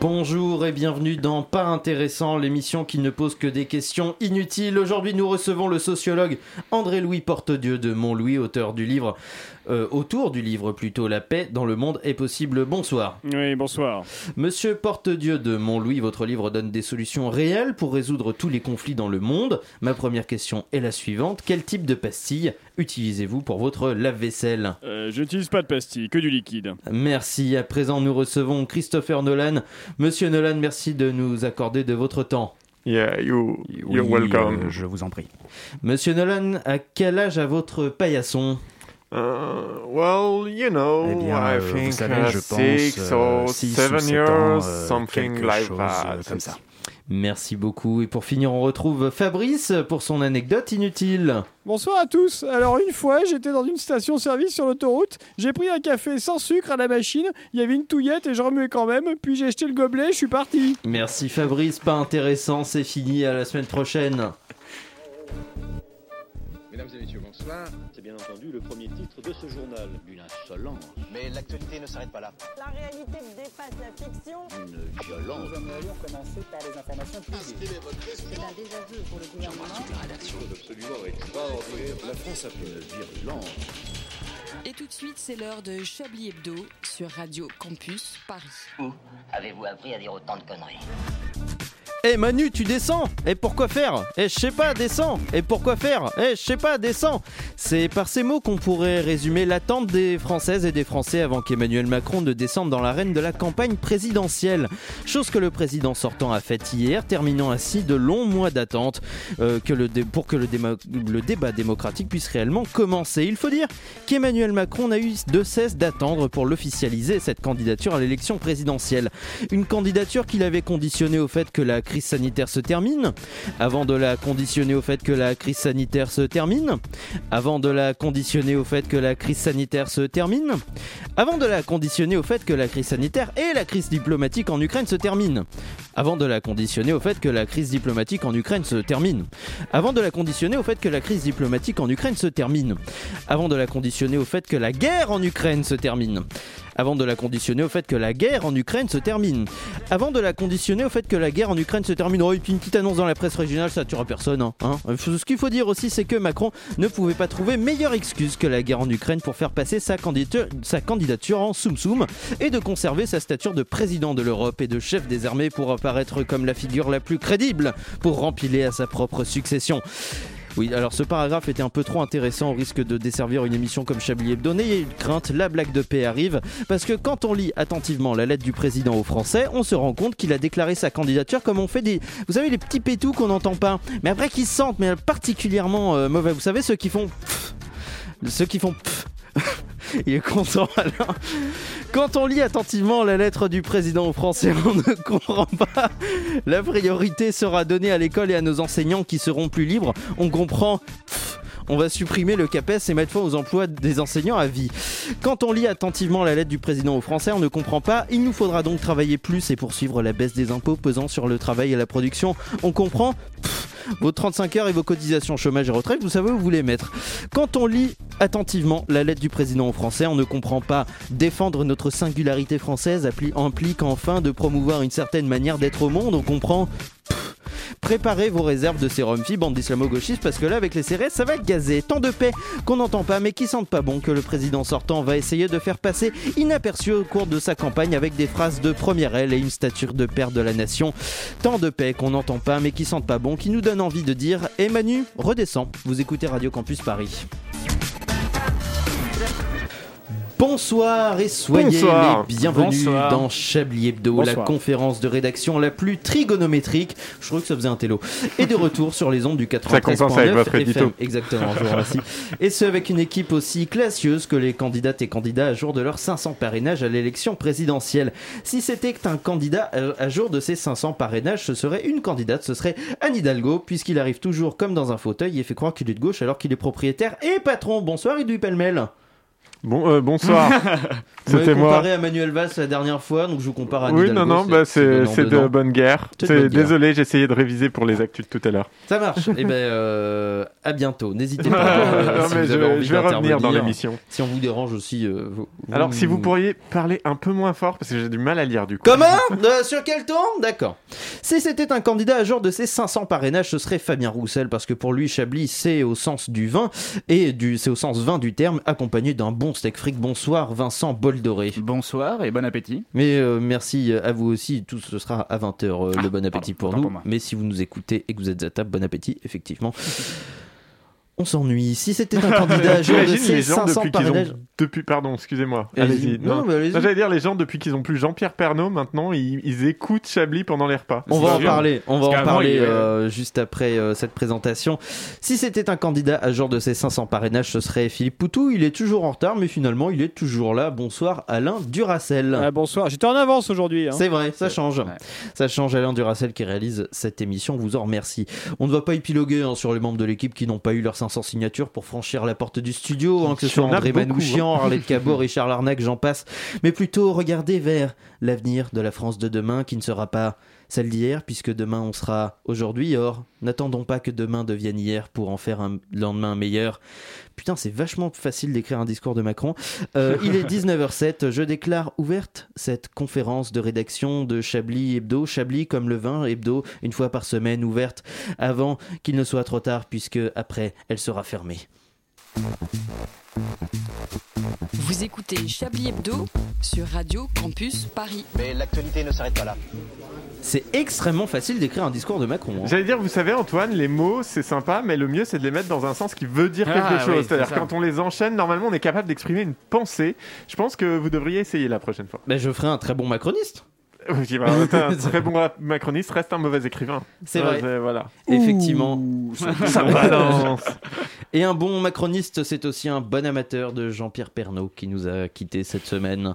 Bonjour et bienvenue dans Pas intéressant, l'émission qui ne pose que des questions inutiles. Aujourd'hui, nous recevons le sociologue André-Louis Portedieu de Montlouis, auteur du livre, euh, autour du livre plutôt, La paix dans le monde est possible. Bonsoir. Oui, bonsoir. Monsieur Portedieu de Montlouis, votre livre donne des solutions réelles pour résoudre tous les conflits dans le monde. Ma première question est la suivante. Quel type de pastille utilisez-vous pour votre lave-vaisselle Euh, je n'utilise pas de pastilles, que du liquide. Merci. À présent, nous recevons Christopher Nolan. Monsieur Nolan, merci de nous accorder de votre temps. Yeah, you, Oui, you're welcome. euh, je vous en prie. Monsieur Nolan, à quel âge a votre paillasson Uh, well, you know, Eh bien, I euh, vous think savez, uh, je pense six euh, or six ou seven sept years, ans, euh, something quelque like chose, that. euh, comme ça. Merci beaucoup. Et pour finir, on retrouve Fabrice pour son anecdote inutile. Bonsoir à tous. Alors une fois, j'étais dans une station-service sur l'autoroute. J'ai pris un café sans sucre à la machine. Il y avait une touillette et je remuais quand même. Puis j'ai acheté le gobelet. Je suis parti. Merci Fabrice, pas intéressant, c'est fini, à la semaine prochaine. Mesdames et messieurs, bonsoir. C'est bien entendu le premier titre de ce journal. Une insolence, Mais l'actualité ne s'arrête pas là. La réalité dépasse la fiction. une violence. C'est un désaveu pour le gouvernement. Et tout de suite, c'est l'heure de Chablis Hebdo sur Radio Campus Paris. Avez-vous appris à dire autant de conneries Eh Manu, tu descends Et pourquoi faire Eh je sais pas, descends Et pourquoi faire Eh je sais pas, descends C'est par ces mots qu'on pourrait résumer l'attente des Françaises et des Français avant qu'Emmanuel Macron ne descende dans l'arène de la campagne présidentielle. Chose que le président sortant a faite hier, terminant ainsi de longs mois d'attente euh, que le dé- pour que le, démo- le débat démocratique puisse réellement commencer. Il faut dire qu'Emmanuel Macron n'a eu de cesse d'attendre pour l'officialiser, cette candidature à l'élection présidentielle. Une candidature qu'il avait conditionnée au fait que la crise sanitaire se termine, avant de la conditionner au fait que la crise sanitaire se termine, avant de la conditionner au fait que la crise sanitaire se termine, avant de la conditionner au fait que la crise sanitaire et la crise diplomatique en Ukraine se terminent, avant de la conditionner au fait que la crise diplomatique en Ukraine se termine, avant de la conditionner au fait que la crise diplomatique en Ukraine se termine, avant de la conditionner au fait que la guerre en Ukraine se termine avant de la conditionner au fait que la guerre en Ukraine se termine. Avant de la conditionner au fait que la guerre en Ukraine se termine. Oh, et puis une petite annonce dans la presse régionale, ça tuera personne. Hein, hein. Ce qu'il faut dire aussi, c'est que Macron ne pouvait pas trouver meilleure excuse que la guerre en Ukraine pour faire passer sa candidature, sa candidature en soum-soum et de conserver sa stature de président de l'Europe et de chef des armées pour apparaître comme la figure la plus crédible pour rempiler à sa propre succession. Oui, alors ce paragraphe était un peu trop intéressant au risque de desservir une émission comme Chablis Hebdo. N'ayez une crainte, la blague de paix arrive. Parce que quand on lit attentivement la lettre du président aux Français, on se rend compte qu'il a déclaré sa candidature comme on fait des. Vous savez, les petits pétous qu'on n'entend pas, mais après qui sentent, mais particulièrement euh, mauvais. Vous savez, ceux qui font. pfff. ceux qui font. pfff. Il est content, Alain. Quand on lit attentivement la lettre du président aux Français, on ne comprend pas. La priorité sera donnée à l'école et à nos enseignants qui seront plus libres. On comprend. Pff, On va supprimer le CAPES et mettre fin aux emplois des enseignants à vie. Quand on lit attentivement la lettre du président aux Français, on ne comprend pas. Il nous faudra donc travailler plus et poursuivre la baisse des impôts pesant sur le travail et la production. On comprend Pff, Vos 35 heures et vos cotisations chômage et retraite, vous savez où vous les mettre. Quand on lit attentivement la lettre du président aux Français, on ne comprend pas. Défendre notre singularité française appli- implique enfin de promouvoir une certaine manière d'être au monde, on comprend. Pff. Préparez vos réserves de sérum fi, bande d'islamo-gauchistes, parce que là, avec les CRS, ça va gazer. Tant de paix qu'on n'entend pas, mais qui sentent pas bon que le président sortant va essayer de faire passer inaperçu au cours de sa campagne avec des phrases de première aile et une stature de père de la nation. Tant de paix qu'on n'entend pas, mais qui sentent pas bon, qui nous donne envie de dire Eh Manu, redescends, vous écoutez Radio Campus Paris. Bonsoir et soyez Bonsoir. les bienvenus Bonsoir. dans Chablis Hebdo, la Bonsoir. conférence de rédaction la plus trigonométrique. Je trouvais que ça faisait un télo. Et de retour sur les ondes du Ça compense avec 93.9 votre FM. édito. Exactement, je vous remercie. Et ce, avec une équipe aussi classieuse que les candidates et candidats à jour de leurs 500 parrainages à l'élection présidentielle. Si c'était un candidat à à jour de ses 500 parrainages, ce serait une candidate, ce serait Anne Hidalgo, puisqu'il arrive toujours comme dans un fauteuil et fait croire qu'il est de gauche alors qu'il est propriétaire et patron. Bonsoir, Edu Pellemel. Bon, euh, bonsoir. Vous m'avez C'était moi. comparé à Manuel Valls la dernière fois, donc je vous compare à Oui, Hidalgo, non, non, bah, c'est donnant, c'est de donnant. bonne guerre. C'est de C'est- bonne guerre. Ah. Désolé, j'ai essayé de réviser pour les actus de tout à l'heure. Ça marche. Et ben, euh, à bientôt. N'hésitez pas. euh, Non, si mais vous avez je envie je vais revenir dans d'intervenir. l'émission. Si on vous dérange aussi. euh, vous- Alors, si vous pourriez parler un peu moins fort, parce que j'ai du mal à lire du coup. Comment Euh, Sur quel ton D'accord. Si c'était un candidat à jour de ces 500 parrainages, ce serait Fabien Roussel, parce que pour lui, Chablis, c'est au sens du vin, et du, c'est au sens vin du terme, accompagné d'un bon steak fric. Bonsoir, Vincent Boldoré. Bonsoir et bon appétit. Mais euh, merci à vous aussi, tout ce sera à 20h, euh, le bon appétit pardon, pour autant nous. pour moi. Mais si vous nous écoutez et que vous êtes à table, bon appétit, effectivement. On s'ennuie. Si c'était un candidat à jour de J'imagine ces les gens 500 depuis qu'ils parrainages... ont. Depuis, pardon, excusez-moi. Allez-y. Allez-y. Non, Non. mais allez-y. Non, J'allais dire, les gens, depuis qu'ils ont plus Jean-Pierre Pernaud, maintenant, ils, ils écoutent Chablis pendant les repas. On va en parler, on va Parce en qu'avant, parler il, euh, euh, juste après euh, cette présentation. Si c'était un candidat à jour de ses 500 parrainages, ce serait Philippe Poutou. Il est toujours en retard, mais finalement, il est toujours là. Bonsoir Alain Duracel. Ah, bonsoir, j'étais en avance aujourd'hui. hein. C'est vrai, ça change. ouais. Ça change Alain Duracel qui réalise cette émission, on vous en remercie. On ne va pas épiloguer hein, sur les membres de l'équipe qui n'ont pas eu leurs 500 signatures pour franchir la porte du studio, hein, que ce Il y soit en a André beaucoup, hein. Manouchian, Arlette Cabot, Richard Larnac, j'en passe, mais plutôt regarder vers l'avenir de la France de demain qui ne sera pas celle d'hier puisque demain on sera aujourd'hui. Or, n'attendons pas que demain devienne hier pour en faire un lendemain meilleur. Putain, c'est vachement facile d'écrire un discours de Macron. Euh, il est 19h07, je déclare ouverte cette conférence de rédaction de Chablis Hebdo. Chablis, comme le vin, Hebdo, une fois par semaine, ouverte avant qu'il ne soit trop tard, puisque après, elle sera fermée. Vous écoutez Chablis Hebdo sur Radio Campus Paris. Mais l'actualité ne s'arrête pas là. C'est extrêmement facile d'écrire un discours de Macron. hein. J'allais dire, vous savez, Antoine, les mots, c'est sympa, mais le mieux, c'est de les mettre dans un sens qui veut dire quelque Ah, chose. oui, C'est-à-dire, c'est ça. quand on les enchaîne, normalement, on est capable d'exprimer une pensée. Je pense que vous devriez essayer la prochaine fois. Ben, je ferai un très bon macroniste. Oui, j'y vais. T'es un très bon rap- macroniste, reste un mauvais écrivain. C'est Ouais, vrai, Voilà. effectivement. Ça balance. Et un bon macroniste, c'est aussi un bon amateur de Jean-Pierre Pernaud qui nous a quittés cette semaine.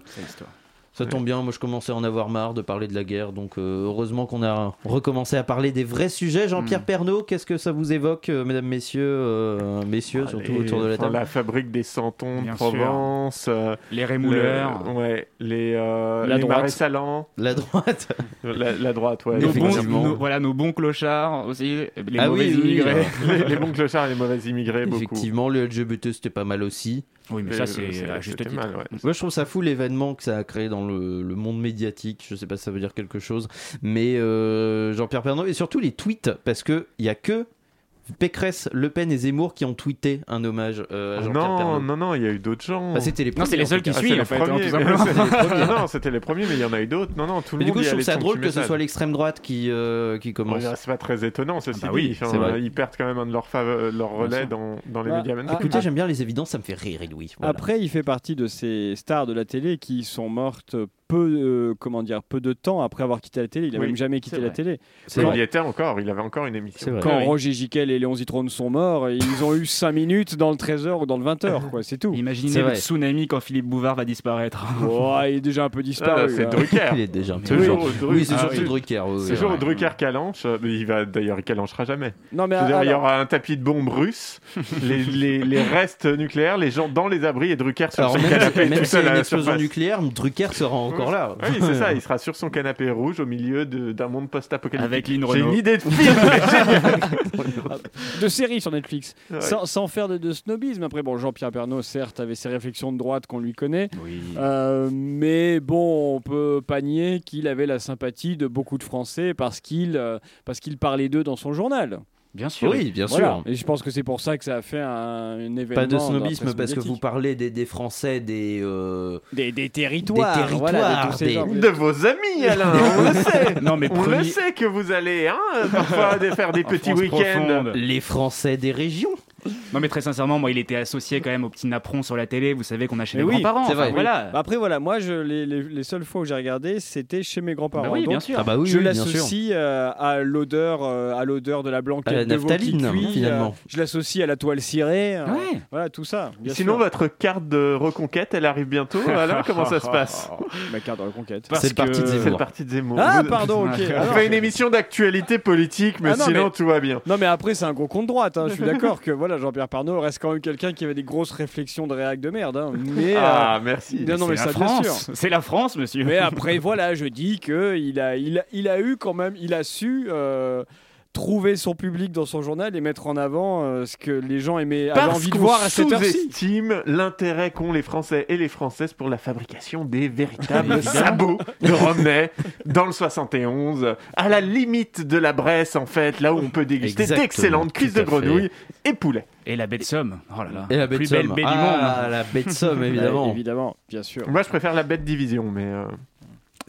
Ça tombe bien, moi je commençais à en avoir marre de parler de la guerre, donc euh, heureusement qu'on a recommencé à parler des vrais sujets. Jean-Pierre Hmm. Pernaud, qu'est-ce que ça vous évoque, euh, mesdames, messieurs, euh, messieurs, surtout Allez, autour de la enfin, table La fabrique des santons de Bien Provence. euh, Les rémouleurs. le- ouais, les, euh, La les droite. marais salants. La droite La, la droite, ouais. Nos les, bons, Effectivement. nos- voilà, nos bons clochards aussi, les Ah mauvais oui, oui, immigrés. oui. les- les bons clochards et les mauvais immigrés, beaucoup. Effectivement, le LGBT c'était pas mal aussi. Oui, mais Euh, ça, c'est c'est- à juste c'était titre. mal, ouais. Moi je trouve ça fou l'événement que ça a créé dans le, le monde médiatique, je sais pas si ça veut dire quelque chose, mais euh, Jean-Pierre Pernaud, et surtout les tweets, parce qu'il y a que Pécresse, Le Pen et Zemmour qui ont tweeté un hommage euh, à Jean-Pierre Non, Pernaud. non, non, il y a eu d'autres gens. Bah, c'était les Non, c'est premiers, les en seuls tout cas. qui Ah, suivent, c'est les en fait, hein, tout premiers, mais simplement. c'est les premiers. non, non, c'était les premiers, mais il y en a eu d'autres. Non, non, tout le Mais du monde. coup, y je trouve allait ça son drôle petit que ce message. soit l'extrême droite qui, euh, qui Ouais, commence. c'est pas très étonnant, ceci Ah bah dit. oui, c'est vrai. ils perdent quand même un de leurs fave- leurs relais sûr. dans, dans les Bah, médias mainstream. Écoutez, j'aime bien les évidences, ça me fait rire, et Louis. Voilà. Après, il fait partie de ces stars de la télé qui sont mortes peu, euh, comment dire, peu de temps après avoir quitté la télé. Il n'a Oui, même jamais quitté c'est la vrai. télé. c'est Mais vrai. il y était encore, il avait encore une émission. C'est vrai. Quand Oui. Roger Giquel et Léon Zitrone sont morts, ils ont eu 5 minutes dans le 13h ou dans le 20h, quoi, c'est tout. C'est Imaginez vrai. le tsunami quand Philippe Bouvard va disparaître. Oh, il est déjà un peu Ah, là, disparu. c'est hein. Il Drucker. est déjà un petit C'est peu toujours genre- au Drucker. Oui, c'est Ah surtout oui. Drucker. oui, oui, C'est toujours oui. au Drucker calanche. euh, mais Il va d'ailleurs, il calanchera jamais. Non, mais Bah, Je veux dire, il y alors- aura un tapis de bombes russes, les, les- les restes nucléaires, les gens dans les abris et Drucker sur Alors, son même si- canapé même s'il tout y seul a à une la explosion surface. nucléaire, Drucker sera encore là. Ah Oui, c'est ça, il sera sur son canapé rouge au milieu de- d'un monde Avec post-apocalyptique. Lynn J'ai une Renault. idée de film de séries sur Netflix. Ouais. Sans, sans faire de, de snobisme. Après, bon, Jean-Pierre Pernaud, certes, avait ses réflexions de droite qu'on lui connaît. Oui. Euh, mais bon, on peut pas nier qu'il avait la sympathie de beaucoup de Français parce qu'il euh, parce qu'il parlait d'eux dans son journal. Bien sûr. Oui, bien Voilà. sûr. Et je pense que c'est pour ça que ça a fait un, un événement. Pas de dans la snobisme presse parce que vous médiatique. parlez des, des Français, des. euh, Des, des territoires. Des voilà, de tous ces territoires, gens. des- de vos amis, Alain. On le sait. Ah, Non, mais On le premier- sait que vous allez hein, parfois des- faire des en petits France week-ends. profonde. Les Français des régions. Non, mais très sincèrement, moi, il était associé quand même au petit napperon sur la télé. Vous savez qu'on a chez Mais les oui, grands-parents. c'est Enfin, vrai. Voilà. Bah Après, voilà, moi, je, les, les- les seules fois où j'ai regardé, c'était chez mes Bah grands-parents. oui, Donc, bien sûr. Ah bah oui, je oui, bien sûr. l'associe euh, à l'odeur euh, à l'odeur de la À blanquette la de veau qui naphtaline, cuit, finalement. euh, je l'associe à la toile cirée euh, Ouais. voilà tout ça bien Sinon, sûr. votre carte de reconquête, elle arrive bientôt. Alain, comment Ah, ça se passe Euh, ma carte de reconquête Parce C'est le parti de que- Zemmour. C'est le parti de Zemmour. ah Vous- pardon ok Putain. Ah, On non. fait une émission d'actualité politique, mais Ah non, sinon mais- tout va bien. non mais après c'est un gros compte droite hein, je suis d'accord que voilà Jean-Pierre Gérard Parnot reste quand même quelqu'un qui avait des grosses réflexions de réac de merde. hein. Mais, euh, Ah, merci. non, non, mais C'est la ça, bien France. sûr. C'est la France, monsieur. mais ah. après, voilà, je dis que il a, il a, il a eu quand même, il a su euh, trouver son public dans son journal et mettre en avant euh, ce que les gens aimaient, avaient Parce envie de qu'on voir à cette heure-ci. sous-estime l'intérêt qu'ont les Français et les Françaises pour la fabrication des véritables Évidemment. sabots de Romney dans le 71, à la limite de la Bresse en fait, là où on peut déguster Exactement, d'excellentes cuisses tout de à fait. grenouille et poulet. Et la baie de Somme. Oh là là. Et la Plus bête belle somme. baie du Ah, monde. la bête somme, Ouais, évidemment. Bah, évidemment, bien sûr. Moi je préfère la bête division, mais euh,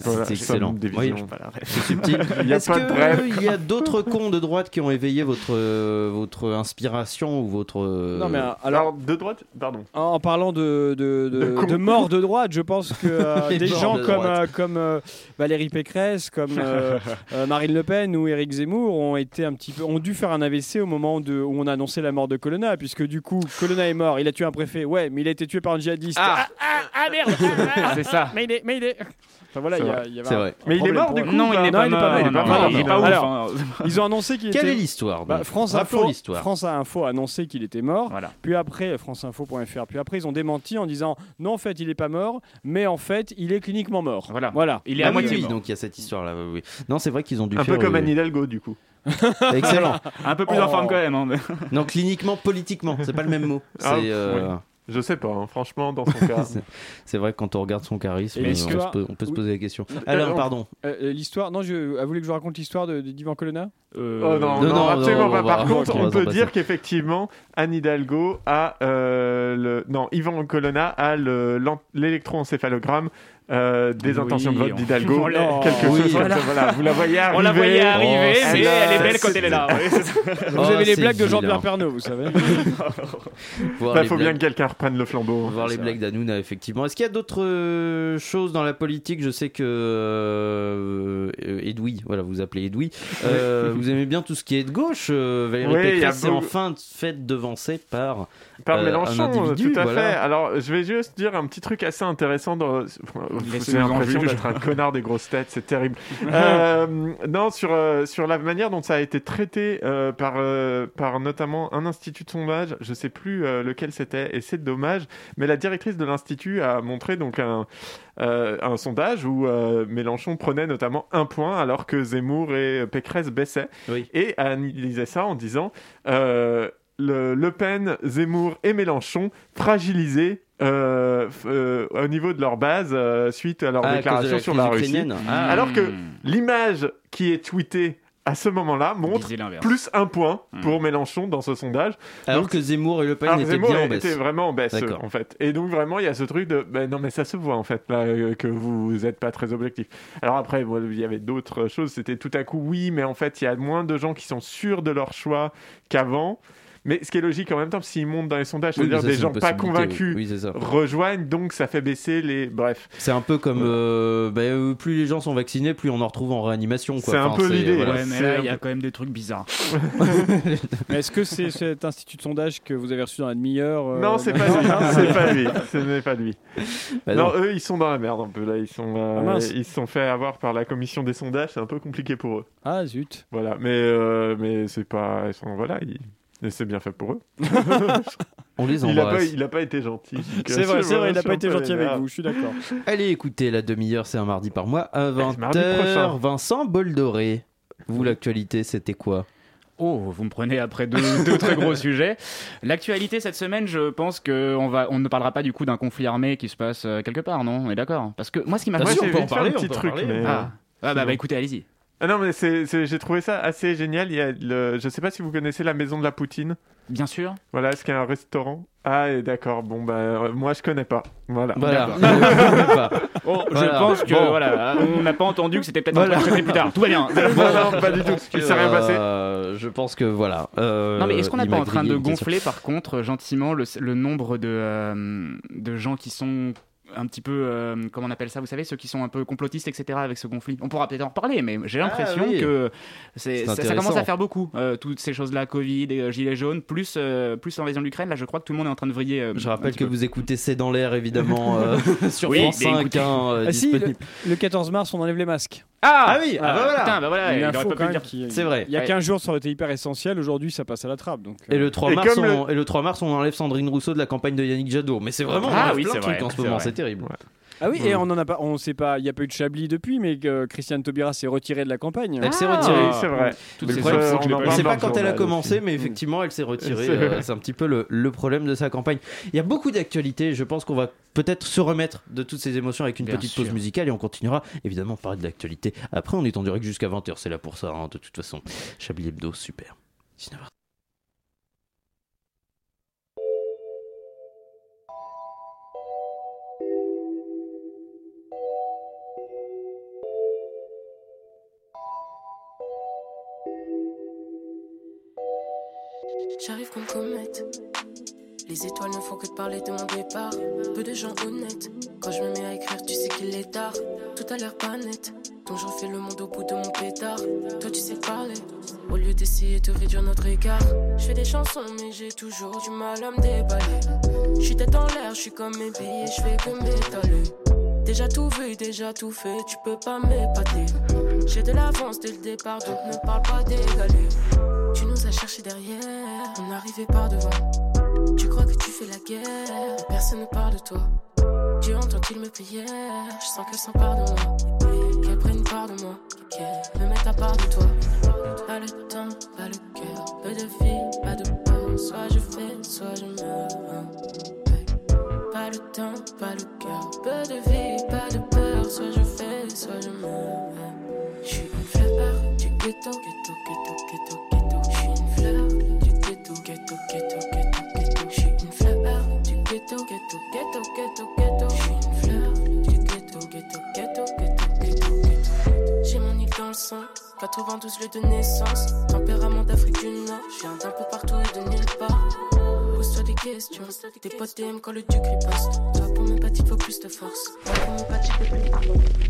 voilà, C'est je somme excellent. des Oui, visions, voilà. c'est subtil. Il y a Est-ce pas de bref. qu'il y a d'autres cons de droite qui ont éveillé votre, euh, votre inspiration ou votre. euh, Non, mais euh, alors, Alors de droite, pardon. en en parlant de, de, de, De con. de morts de droite, je pense que euh, Les des morts gens de comme, droite. euh, comme euh, Valérie Pécresse, comme euh, euh, Marine Le Pen ou Éric Zemmour ont été un petit peu, ont dû faire un AVC au moment de, où on a annoncé la mort de Colonna, puisque du coup, Colonna est mort, il a tué un préfet, ouais, mais il a été tué par un djihadiste. Ah, ah, ah, merde ah, ah, C'est ça. Mais il est, mais il est. Enfin voilà, C'est il y a- vrai. il y avait C'est un- vrai. un Mais il est Oh, problème mort pour du eux. coup Non, il n'est pas, il est pas mort, mort, il non, est pas Il est mort. pas ouf. Alors, hein. Ils ont annoncé qu'il Quelle est était. l'histoire Bah, donc France Rappelons Info, l'histoire. France Info a annoncé qu'il était mort. Voilà. Puis après, franceinfo.fr. Puis après, ils ont démenti en disant non, en fait, il n'est pas mort, mais en fait, il est cliniquement mort. Voilà. Voilà. Il est Ah à oui, moitié oui, mort. donc il y a cette histoire là. Oui. oui. Non, c'est vrai qu'ils ont dû Un faire. peu comme euh, Anne Hidalgo du coup. Excellent. Un peu plus en forme quand même. hein, mais- non, cliniquement, politiquement, c'est pas le même mot. C'est Ah, euh, Je sais pas, hein, franchement dans son cas. c'est vrai que quand on regarde son charisme, Et euh, on, l'histoire- se peut, on peut se oui. poser la question. Euh, Alors, on- pardon. Euh, euh, l'histoire. Non, je, ah, vous voulez que je vous raconte l'histoire de, de- d'Ivan Colonna Oh non, Euh, Non, non, non, absolument non, pas. on Par va- contre, on va on peut s'en dire passer. qu'effectivement, Anne Hidalgo a euh, le. Non, Yvan Colonna a le- l'en- l'électroencéphalogramme euh, des Oui, intentions de vote on- d'Hidalgo. on l'a- Quelque Oui, chose voilà. comme ça. Voilà, vous la voyez arriver. On la voyait arriver, Oh, mais celle-là, elle est belle quand c'est- elle est là. ouais, c'est ça. Vous Oh, avez les c'est blagues de vilain. Jean-Pierre Pernaut, vous savez. Voir Bah, les faut bien blagues- que quelqu'un reprenne le flambeau. ben, Voir les blagues d'Anouna, effectivement. Est-ce qu'il y a d'autres euh, choses dans la politique Je sais que euh, euh, Edoui, voilà, vous appelez Edoui, euh, vous aimez bien tout ce qui est de gauche. euh, Valérie Oui, il y a Pécresse est beaucoup- enfin de- fait devancer par. Par Euh, un Mélenchon, individu, tout à voilà. fait. Alors, je vais juste dire un petit truc assez intéressant. Dans... J'ai Laissez-nous en l'impression juge. d'être un connard des grosses têtes, c'est terrible. Euh, non, sur, euh, sur la manière dont ça a été traité euh, par, euh, par notamment un institut de sondage, je sais plus euh, lequel c'était, et c'est dommage, mais la directrice de l'institut a montré donc un, euh, un sondage où euh, Mélenchon prenait notamment un point alors que Zemmour et Pécresse baissaient Oui. et analysait ça en disant euh, le, le Pen, Zemmour et Mélenchon fragilisés euh, f- euh, au niveau de leur base euh, suite à leur Ah, à cause de la déclaration sur crise la Russie. ukrainienne. Ah, Alors que- Hmm, L'image qui est tweetée à ce moment-là montre disait l'inverse. plus un point Hmm. Mm. pour Mélenchon dans ce sondage. alors donc- que Zemmour et Le Pen Alors étaient Zemmour bien en baisse. était vraiment en baisse, bah, D'accord. en fait. Et donc vraiment, il y a ce truc de, ben non mais ça se voit en fait là, euh, que vous n'êtes pas très objectif. Alors après, bon, il y avait d'autres choses. C'était tout à coup oui, mais en fait, il y a moins de gens qui sont sûrs de leur choix qu'avant. Mais ce qui est logique en même temps, s'ils montent dans les sondages, Oui, mais c'est-à-dire ça, des c'est gens une pas possibilité, convaincus. Oui, Oui, c'est ça. rejoignent donc ça fait baisser les bref C'est un peu comme euh, bah, euh, plus les gens sont vaccinés, plus on en retrouve en réanimation. quoi. C'est un Enfin, peu l'idée. voilà. Ouais, mais c'est là, un il y a peu- quand même des trucs bizarres. Mais Est-ce que c'est cet institut de sondage que vous avez reçu dans la demi-heure euh, non c'est pas maintenant lui hein, c'est pas lui ce n'est pas lui Bah, non, non. eux, ils sont dans la merde un peu là. Ils sont, euh, Ah, mince. ils se sont fait avoir par la commission des sondages. C'est un peu compliqué pour eux. Ah zut. Voilà. Mais, euh, mais c'est pas. Ils sont, voilà. Ils... et c'est bien fait pour eux. On les Il a, pas, embrasse. il a pas été gentil. Donc, C'est euh, vrai, c'est voilà, vrai, il je n'a suis pas un été peu gentil avec vénère. vous, je suis d'accord. Allez écoutez, la demi-heure, c'est un mardi par mois à c'est mardi prochain. 20h. Vincent Boldoré, vous, l'actualité, c'était quoi Oh, vous me prenez après deux, deux très gros sujets. L'actualité cette semaine, je pense que on va, on ne parlera pas du coup d'un conflit armé qui se passe euh, quelque part, non On est d'accord Parce que moi, ce qui m'a Ah, Moi, si, on j'ai peut en vite fait parler, un petit on peut en truc, parler. mais, euh, Ah, Ah, bah, sinon. bah, écoutez, allez-y. ah non, mais c'est- c'est- j'ai trouvé ça assez génial. Il y a le, je sais pas si vous connaissez la maison de la Poutine. Bien sûr. Voilà, est-ce qu'il y a un restaurant Ah, et d'accord. Bon, bah, euh, moi, je connais pas. Voilà. Bah, Voilà. Voilà. Oh, Je pense que Bon. voilà, on n'a pas entendu que c'était peut-être Voilà. un truc traité plus tard. Tout va bien. non, bah, non, pas du Je tout. pense que, Il s'est rien passé. euh, je pense que voilà. Euh, Non mais est-ce qu'on n'est il pas m'a en train grillé de une question. gonfler par contre gentiment le, le nombre de, euh, de gens qui sont un petit peu, euh, comment on appelle ça, vous savez, ceux qui sont un peu complotistes, etc. avec ce conflit On pourra peut-être en reparler, mais j'ai Ah, l'impression oui. que c'est- C'est ça, ça intéressant. commence à faire beaucoup. euh, toutes ces choses-là, Covid, et, euh, Gilets jaunes, plus, euh, plus l'invasion de l'Ukraine, là je crois que tout le monde est en train de vriller. euh, Je un rappelle petit que peu. vous écoutez C'est dans l'air évidemment euh, sur Oui, France mais 5. écoutez. hein, euh, Ah si, disponible. le, le 14 mars, on enlève les masques. Ah oui, ah bah voilà. Putain, bah voilà. Il y a il une aurait info pas pu quand le même dire. qui- C'est vrai. Il y a Ouais. 15 jours, ça aurait été hyper essentiel. Aujourd'hui, ça passe à la trappe. Donc, euh. Et le 3 Et mars, comme on, et le 3 mars, on enlève Sandrine Rousseau de la campagne de Yannick Jadot. Mais c'est vraiment Ah on enlève oui, plein de c'est trucs vrai, en ce c'est moment, vrai. c'est terrible. Ah oui, Ouais. et on en a pas, on sait pas, il n'y a pas eu de Chablis depuis, mais que Christiane Taubira s'est retirée de la campagne. Elle s'est Ah. retirée. Oui, c'est vrai. Toutes Mais ces ça, infos on que je n'ai en Bah, pas On parle sait eues. dans pas le quand elle a journal commencé, aussi. mais effectivement, elle s'est retirée. C'est euh, vrai. C'est un petit peu le, le problème de sa campagne. Il y a beaucoup d'actualités. Je pense qu'on va peut-être se remettre de toutes ces émotions avec une Bien petite sûr. pause musicale et on continuera évidemment à parler de l'actualité. Après, on est en direct jusqu'à 20h. C'est là pour ça, hein, de toute façon. Chablis Hebdo, super. 19h. J'arrive comme comète. Les étoiles ne font que de parler de mon départ. Peu de gens honnêtes. Quand je me mets à écrire, tu sais qu'il est tard. Tout a l'air pas net. Donc je refais le monde au bout de mon pétard. Toi, tu sais parler. Au lieu d'essayer de réduire notre écart, je fais des chansons, mais j'ai toujours du mal à me déballer. Je suis tête en l'air, je suis comme mes billets, je fais que m'étaler. Déjà tout vu, déjà tout fait, tu peux pas m'épater. J'ai de l'avance dès le départ, donc ne parle pas d'égaler. Tu nous as cherchés derrière, on arrivait par devant. Tu crois que tu fais la guerre, mais personne ne parle de toi. Dieu entend-il mes prières, je sens qu'elle s'empare de moi. Qu'elle prenne part de moi, qu'elle me mette à part de toi. Pas le temps, pas le cœur, peu de vie, pas de peur. Soit je fais, soit je meurs. Ouais. Pas le temps, pas le cœur, peu de vie, pas de peur. Soit je fais, soit je meurs. Ouais. Je suis une fleur du ghetto, ghetto, ghetto, ghetto, ghetto. Je suis une fleur du ghetto, ghetto, ghetto, ghetto, ghetto. Je suis une fleur du ghetto, ghetto, ghetto, ghetto, ghetto. Je suis une fleur du ghetto, ghetto, ghetto, ghetto, ghetto, ghetto. J'ai mon île dans le sang, 92 lieux de naissance, tempérament d'Afrique du Nord. Je viens d'un peu partout et de nulle part. Pose-toi des questions, tes potes t'aiment quand le duc riposte. Toi pour mes petites faut plus de force. Moi pour mes petites faut plus de force.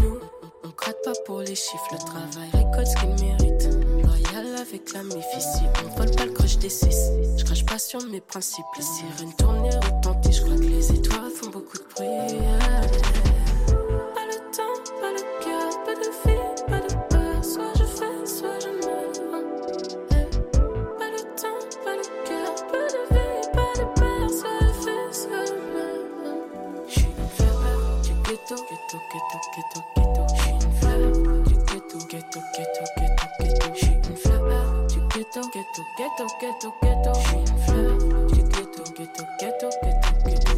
Nous, on, on gratte pas pour les chiffres, le travail récolte ce qu'il mérite. Loyal avec la méficie, on vole pas le crush des six. Je crache pas sur mes principes, les sirènes tournées retenties. Je crois que les étoiles font beaucoup de bruit. yeah. Pas le temps, pas le cœur, pas de vie, pas de peur. Soit je fais, soit je meurs. Hey. Pas le temps, pas le cœur, pas de vie, pas de peur. Soit je fais, soit je meurs. Je suis une fleur du ghetto, ghetto, ghetto, ghetto, ghetto. Je suis une fleur du ghetto, ghetto, ghetto, ghetto, ghetto. Je suis une fleur du ghetto, ghetto, ghetto, ghetto, ghetto. Je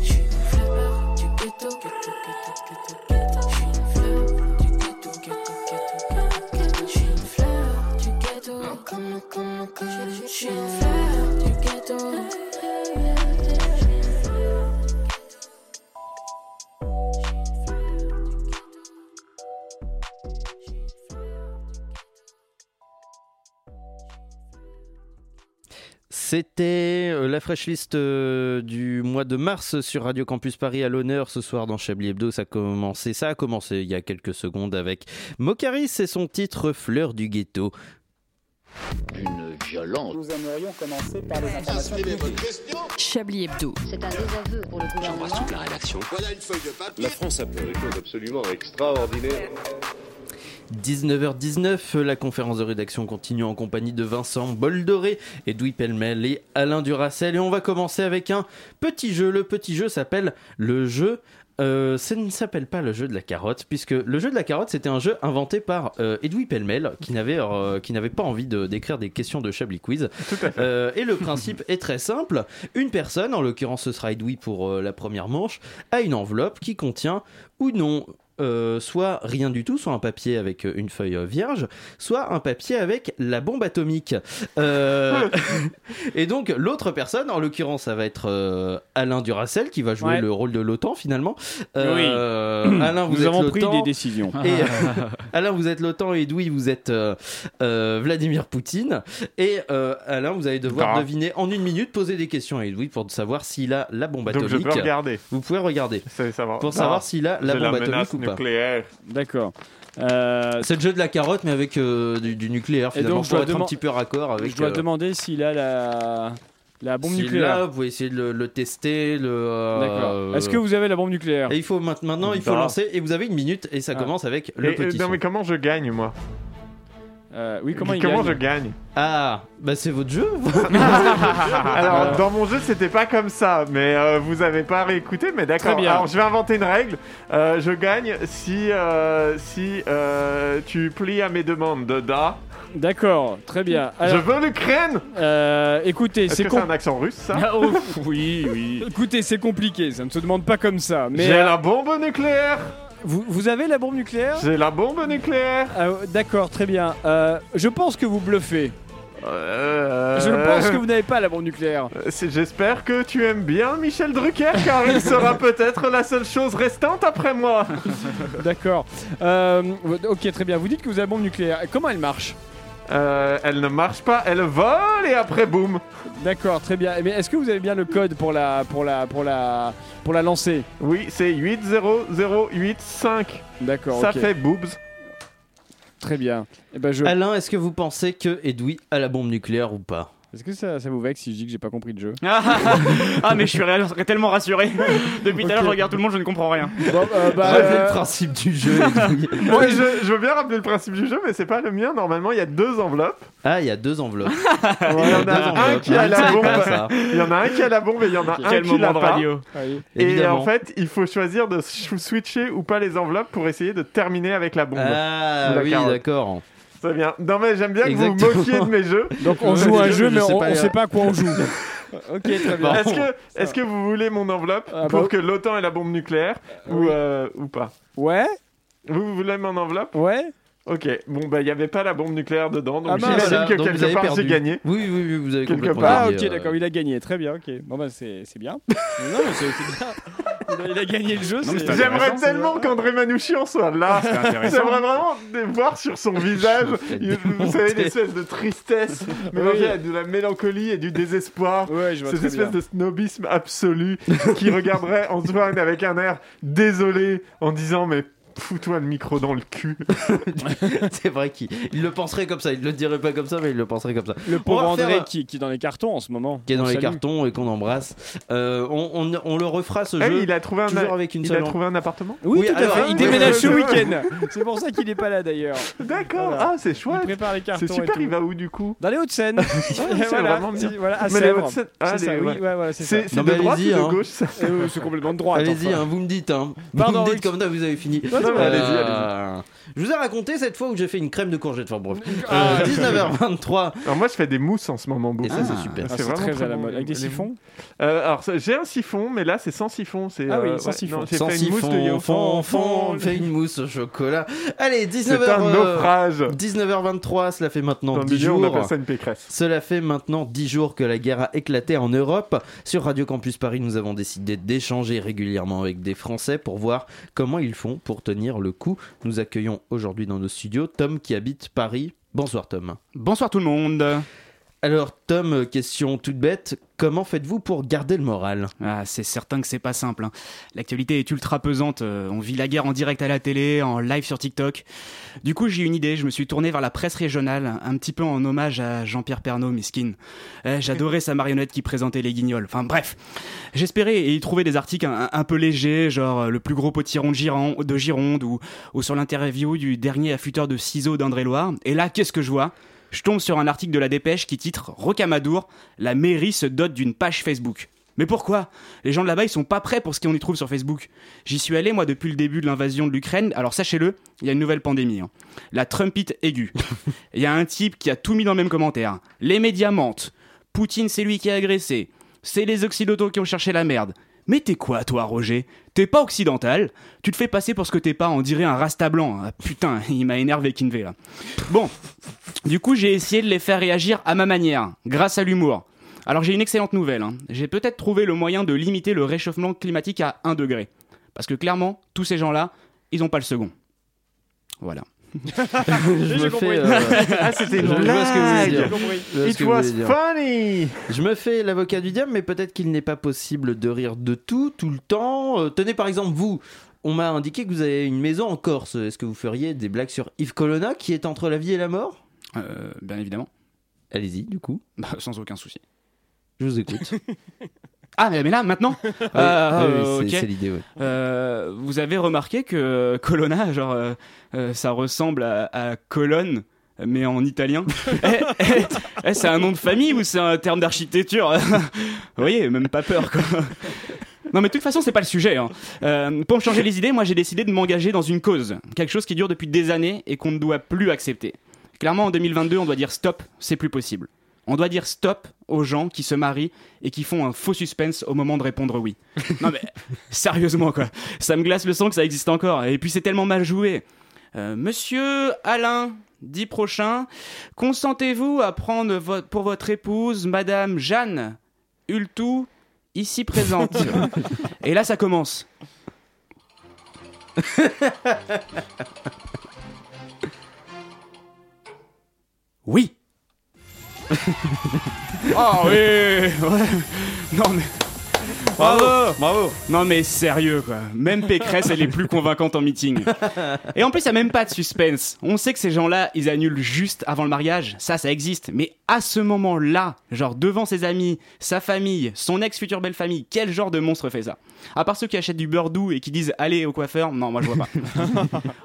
suis une fleur du ghetto, ghetto, ghetto, ghetto, ghetto. Je suis une fleur du ghetto, ghetto, ghetto, ghetto, ghetto. Je suis une fleur du ghetto, ghetto, ghetto, ghetto, ghetto. Je suis une fleur du ghetto. Comme, comme, comme. Je suis une fleur du ghetto. C'était euh, la fresh list euh, du mois de mars sur Radio Campus Paris à l'honneur ce soir dans Chablis Hebdo. Ça a commencé, ça a commencé il y a quelques secondes avec Mokaris et son titre Fleur du ghetto. Une violente. Nous aimerions commencer par les informations Chablis Hebdo. C'est un désaveu pour le gouvernement. la rédaction. La France a peur. 19h19, euh, la conférence de rédaction continue en compagnie de Vincent Boldoré, Edoui Pellemel et Alain Duracel. Et on va commencer avec un petit jeu. Le petit jeu s'appelle le jeu. euh, ça ne s'appelle pas le jeu de la carotte, puisque le jeu de la carotte, c'était un jeu inventé par euh, Edoui Pellemel, qui n'avait euh, qui n'avait pas envie de- d'écrire des questions de Chablis Quiz. Euh, et le principe est très simple. Une personne, en l'occurrence ce sera Edoui pour euh, la première manche, a une enveloppe qui contient ou non euh, soit rien du tout, soit un papier avec euh, une feuille euh, vierge, soit un papier avec la bombe atomique. Euh, et donc l'autre personne, en l'occurrence ça va être euh, Alain Duracel qui va jouer Ouais. le rôle de l'OTAN finalement. Euh, Alain, vous Nous êtes Ah. avons pris l'OTAN. des décisions. Et Alain, vous êtes l'OTAN et Edoui, vous êtes euh, euh, Vladimir Poutine. Et euh, Alain, vous allez devoir Ah. deviner en une minute, poser des questions à Edoui pour savoir s'il a la bombe Donc je atomique. peux regarder. vous pouvez regarder Ça va savoir. pour savoir s'il a la J'ai bombe menace atomique ou pas. nucléaire. D'accord. Euh, C'est le jeu de la carotte, mais avec euh, du, du nucléaire Et finalement, donc, je pour dois être un deman- petit peu raccord avec. je dois euh, demander s'il a la. La bombe Si nucléaire. là, vous pouvez essayer de le, le tester. Le, euh, D'accord. euh, Est-ce que vous avez la bombe nucléaire Ah. Et il faut mainte- maintenant, il faut Bah. lancer et vous avez une minute et ça Ah. commence avec le Et, euh, petit. non, son. mais comment je gagne, moi Euh, Oui, comment il gagne je gagne Ah, bah c'est votre jeu. Ah, euh, Alors, dans mon jeu, c'était pas comme ça, mais euh, vous avez pas réécouté, mais d'accord. Très bien. Alors, je vais inventer une règle. Euh, je gagne si, euh, si euh, tu plies à mes demandes de da. D'accord, très bien. Alors, je veux l'Ukraine euh, écoutez, Est-ce c'est que c'est com- un accent russe, ça Ah, ouf. Oui, oui. Écoutez, c'est compliqué, ça ne se demande pas comme ça. Mais J'ai euh, la bombe nucléaire vous, vous avez la bombe nucléaire J'ai la bombe nucléaire Ah, euh, D'accord, très bien. Euh, je pense que vous bluffez. Euh, Je pense que vous n'avez pas la bombe nucléaire. C'est- J'espère que tu aimes bien Michel Drucker, car il sera peut-être la seule chose restante après moi D'accord. Euh, ok, très bien. Vous dites que vous avez la bombe nucléaire. Comment elle marche Euh, Elle ne marche pas, elle vole, et après, boum D'accord, très bien. Mais est-ce que vous avez bien le code pour la, pour la, pour la, pour la lancer Oui, c'est 80085. D'accord. Ça ok. fait boobs. Très bien. Eh ben, je... Alain, est-ce que vous pensez que Edoui a la bombe nucléaire ou pas Est-ce que ça, ça vous vexe si je dis que j'ai pas compris le jeu ah, mais je suis ré- tellement rassuré. Depuis tout à l'heure, je regarde tout le monde, je ne comprends rien. Bon, euh, bah, Rappelez euh, le principe du jeu. Edoui. Ouais, je, je veux bien rappeler le principe du jeu, mais c'est pas le mien. Normalement, il y a deux enveloppes. ah, il y a deux enveloppes. Il y en Deux a un enveloppes, qui a hein, la c'est bombe. pas ça. Il y en a un qui a la bombe et il y en a un Quel qui l'a moment de pas. radio. allez. Et Évidemment. en fait, il faut choisir de ch- switcher ou pas les enveloppes pour essayer de terminer avec la bombe. ah Ou la oui, carotte. d'accord. Très bien. Non mais j'aime bien que vous Exactement. vous moquiez de mes jeux. Donc on Ouais, joue à un je- jeu, je mais sais on pas, ne euh. sait pas à quoi on joue. ok, très bien. Est-ce que, est-ce que vous voulez mon enveloppe Ah, pour bah- que l'OTAN ait la bombe nucléaire ou, euh, ou pas Ouais, Vous, vous voulez mon enveloppe ouais. Ok. Bon bah il n'y avait pas la bombe nucléaire dedans, Ah, donc mince. j'imagine Voilà, bah, que donc vous quelque avez part perdu. j'ai gagné. Oui, oui, oui, vous avez Quelque complètement part, Ah gagné, ok euh, d'accord, il a gagné, très bien, ok. Bon bah c'est c'est bien. non mais c'est c'est bien. Il a, il a gagné le jeu, Non, mais c'est- c'est J'aimerais intéressant, c'est tellement qu'André Manouchian soit là. C'est intéressant. J'aimerais vraiment voir sur son visage, fais il- vous démonter. savez, une espèce de tristesse mélangée à de la mélancolie et du désespoir. Ouais, je vois Cette très espèce bien. de snobisme absolu qui regarderait Antoine avec un air désolé en disant mais fous-toi le micro dans le cul. c'est vrai qu'il il le penserait comme ça. Il le dirait pas comme ça, mais il le penserait comme ça. Le pauvre On va faire André un- qui, qui est dans les cartons en ce moment. Qui est dans On les salue. cartons et qu'on embrasse. Euh, on, on- on le refera ce Eh, jeu. il a trouvé un, Toujours avec une il a seule trouvé un appartement Oui, Oui, tout alors, à fait, oui, il déménage oui, ce oui. week-end. C'est pour ça qu'il est pas là d'ailleurs. D'accord, Voilà. ah c'est Il chouette. prépare les cartons. C'est super, et il tout. va où du coup Dans les Hauts-de-Seine. c'est vraiment bien. si- voilà, à Mais les Sèvres. Hauts-de-Seine- ah, C'est ça, les- oui, ouais. ouais, voilà, c'est ça. C'est c'est Non, de mais droite ou allez-y, de hein. gauche ça Euh, C'est complètement de Oh, droite. Allez-y, enfin. hein, vous me dites. Hein. vous Pardon, me dites Rick. comme ça, vous avez fini. Euh, Non, non, mais allez-y, Je vous ai raconté cette fois où j'ai fait une crème de courgette. Enfin bref. Euh, Ah, 19h23. Alors moi je fais des mousses en ce moment beaucoup. Et ça, c'est super. Ah, c'est c'est vraiment très très à la bon, mode. Avec les- des siphons Euh, alors ça- j'ai un siphon, mais là c'est sans siphon. C'est, Ah oui, euh, sans siphon. non, J'ai Sans fait une mousse de siphon, yaourt. fond, fond, fait une mousse au chocolat. Allez, euh, C'est un 19h. naufrage. 19h23, cela fait maintenant Dans le 10 milieu, on jours. appelle ça une pécresse. Cela fait maintenant 10 jours que la guerre a éclaté en Europe. Sur Radio Campus Paris, nous avons décidé d'échanger régulièrement avec des Français pour voir comment ils font pour tenir le coup. Nous accueillons aujourd'hui dans nos studios Tom qui habite Paris. Bonsoir Tom. Bonsoir tout le monde. Alors Tom, euh, question toute bête, comment faites-vous pour garder le moral Ah, c'est certain que c'est pas simple. hein. L'actualité est ultra pesante. euh, on vit la guerre en direct à la télé, en live sur TikTok. Du coup, j'ai eu une idée. Je me suis tourné vers la presse régionale, un petit peu en hommage à Jean-Pierre Pernaut, miskin. Eh, J'adorais sa marionnette qui présentait les guignols. Enfin bref, j'espérais y trouver des articles un, un peu légers, genre euh, le plus gros potiron de Gironde, de Gironde ou, ou sur l'interview du dernier affûteur de ciseaux d'Indre-et-Loire. Et là, qu'est-ce que je vois Je tombe sur un article de la Dépêche qui titre Rocamadour, la mairie se dote d'une page Facebook. Mais pourquoi les gens de là-bas, ils sont pas prêts pour ce qu'on y trouve sur Facebook. J'y suis allé, moi, depuis le début de l'invasion de l'Ukraine. Alors, sachez-le, il y a une nouvelle pandémie. hein. La Trumpite aiguë. Il y a un type qui a tout mis dans le même commentaire. Les médias mentent. Poutine, c'est lui qui a agressé. C'est les Occidentaux qui ont cherché la merde. Mais t'es quoi, toi, Roger T'es pas occidental Tu te fais passer pour ce que t'es pas, on dirait un rasta blanc. Ah, putain, il m'a énervé, Kinvey, là. Bon. Du coup, j'ai essayé de les faire réagir à ma manière, grâce à l'humour. Alors j'ai une excellente nouvelle, hein. j'ai peut-être trouvé le moyen de limiter le réchauffement climatique à 1 degré. Parce que clairement, tous ces gens-là, ils n'ont pas le second. Voilà. Je me fais, euh, Ah c'était je une vois ce que vous voulez dire. blague. je vois ce It que vous was voulez dire. funny. Je me fais l'avocat du diable, mais peut-être qu'il n'est pas possible de rire de tout, tout le temps. Euh, tenez par exemple, vous, on m'a indiqué que vous avez une maison en Corse. Est-ce que vous feriez des blagues sur Yves Colonna qui est entre la vie et la mort Euh, bien évidemment, Allez-y, du coup. Bah, sans aucun souci. Je vous écoute. Ah, mais mais là, maintenant Ah oui, Euh, oui, c'est ok. c'est l'idée, ouais. Euh, vous avez remarqué que Colonna, genre, euh, euh, ça ressemble à, à Colonne, mais en italien. Eh, eh, eh, c'est un nom de famille ou c'est un terme d'architecture Vous voyez, même pas peur, quoi. Non mais de toute façon c'est pas le sujet. hein. Euh, pour me changer les idées, moi j'ai décidé de m'engager dans une cause, quelque chose qui dure depuis des années et qu'on ne doit plus accepter. Clairement en 2022 on doit dire stop, c'est plus possible. On doit dire stop aux gens qui se marient et qui font un faux suspense au moment de répondre oui. Non mais sérieusement quoi, ça me glace le sang que ça existe encore. Et puis c'est tellement mal joué. Euh, Monsieur Alain, dit prochain, consentez-vous à prendre vo- pour votre épouse Madame Jeanne Ultou, ici présente. Et là ça commence. oui. Ah oui. ouais. Non mais. Bravo Bravo Non mais sérieux quoi. Même Pécresse, elle est plus convaincante en meeting. Et en plus, il a même pas de suspense. On sait que ces gens-là, ils annulent juste avant le mariage. Ça, ça existe. Mais à ce moment-là, genre devant ses amis, sa famille, son ex-future belle-famille, quel genre de monstre fait ça À part ceux qui achètent du beurre doux et qui disent allez au coiffeur, non, moi je vois pas.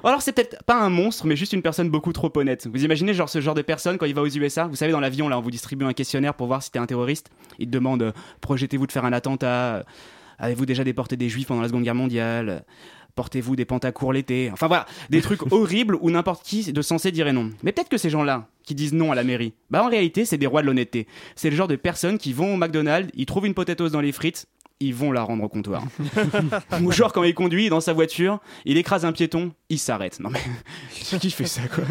Alors c'est peut-être pas un monstre, mais juste une personne beaucoup trop honnête. Vous imaginez genre ce genre de personne quand il va aux USA Vous savez dans l'avion là, on vous distribue un questionnaire pour voir si t'es un terroriste. Il te demande euh, projetez-vous de faire un attentat Euh, Avez-vous déjà déporté des juifs pendant la Seconde Guerre mondiale Euh, Portez-vous des pantacours l'été Enfin voilà, des trucs horribles où n'importe qui de censé dirait non. Mais peut-être que ces gens-là qui disent non à la mairie, bah en réalité c'est des rois de l'honnêteté. C'est le genre de personnes qui vont au McDonald's, ils trouvent une potatoes dans les frites. Ils vont la rendre au comptoir. Ou genre quand il conduit dans sa voiture, il écrase un piéton, il s'arrête. Non mais qui fait ça quoi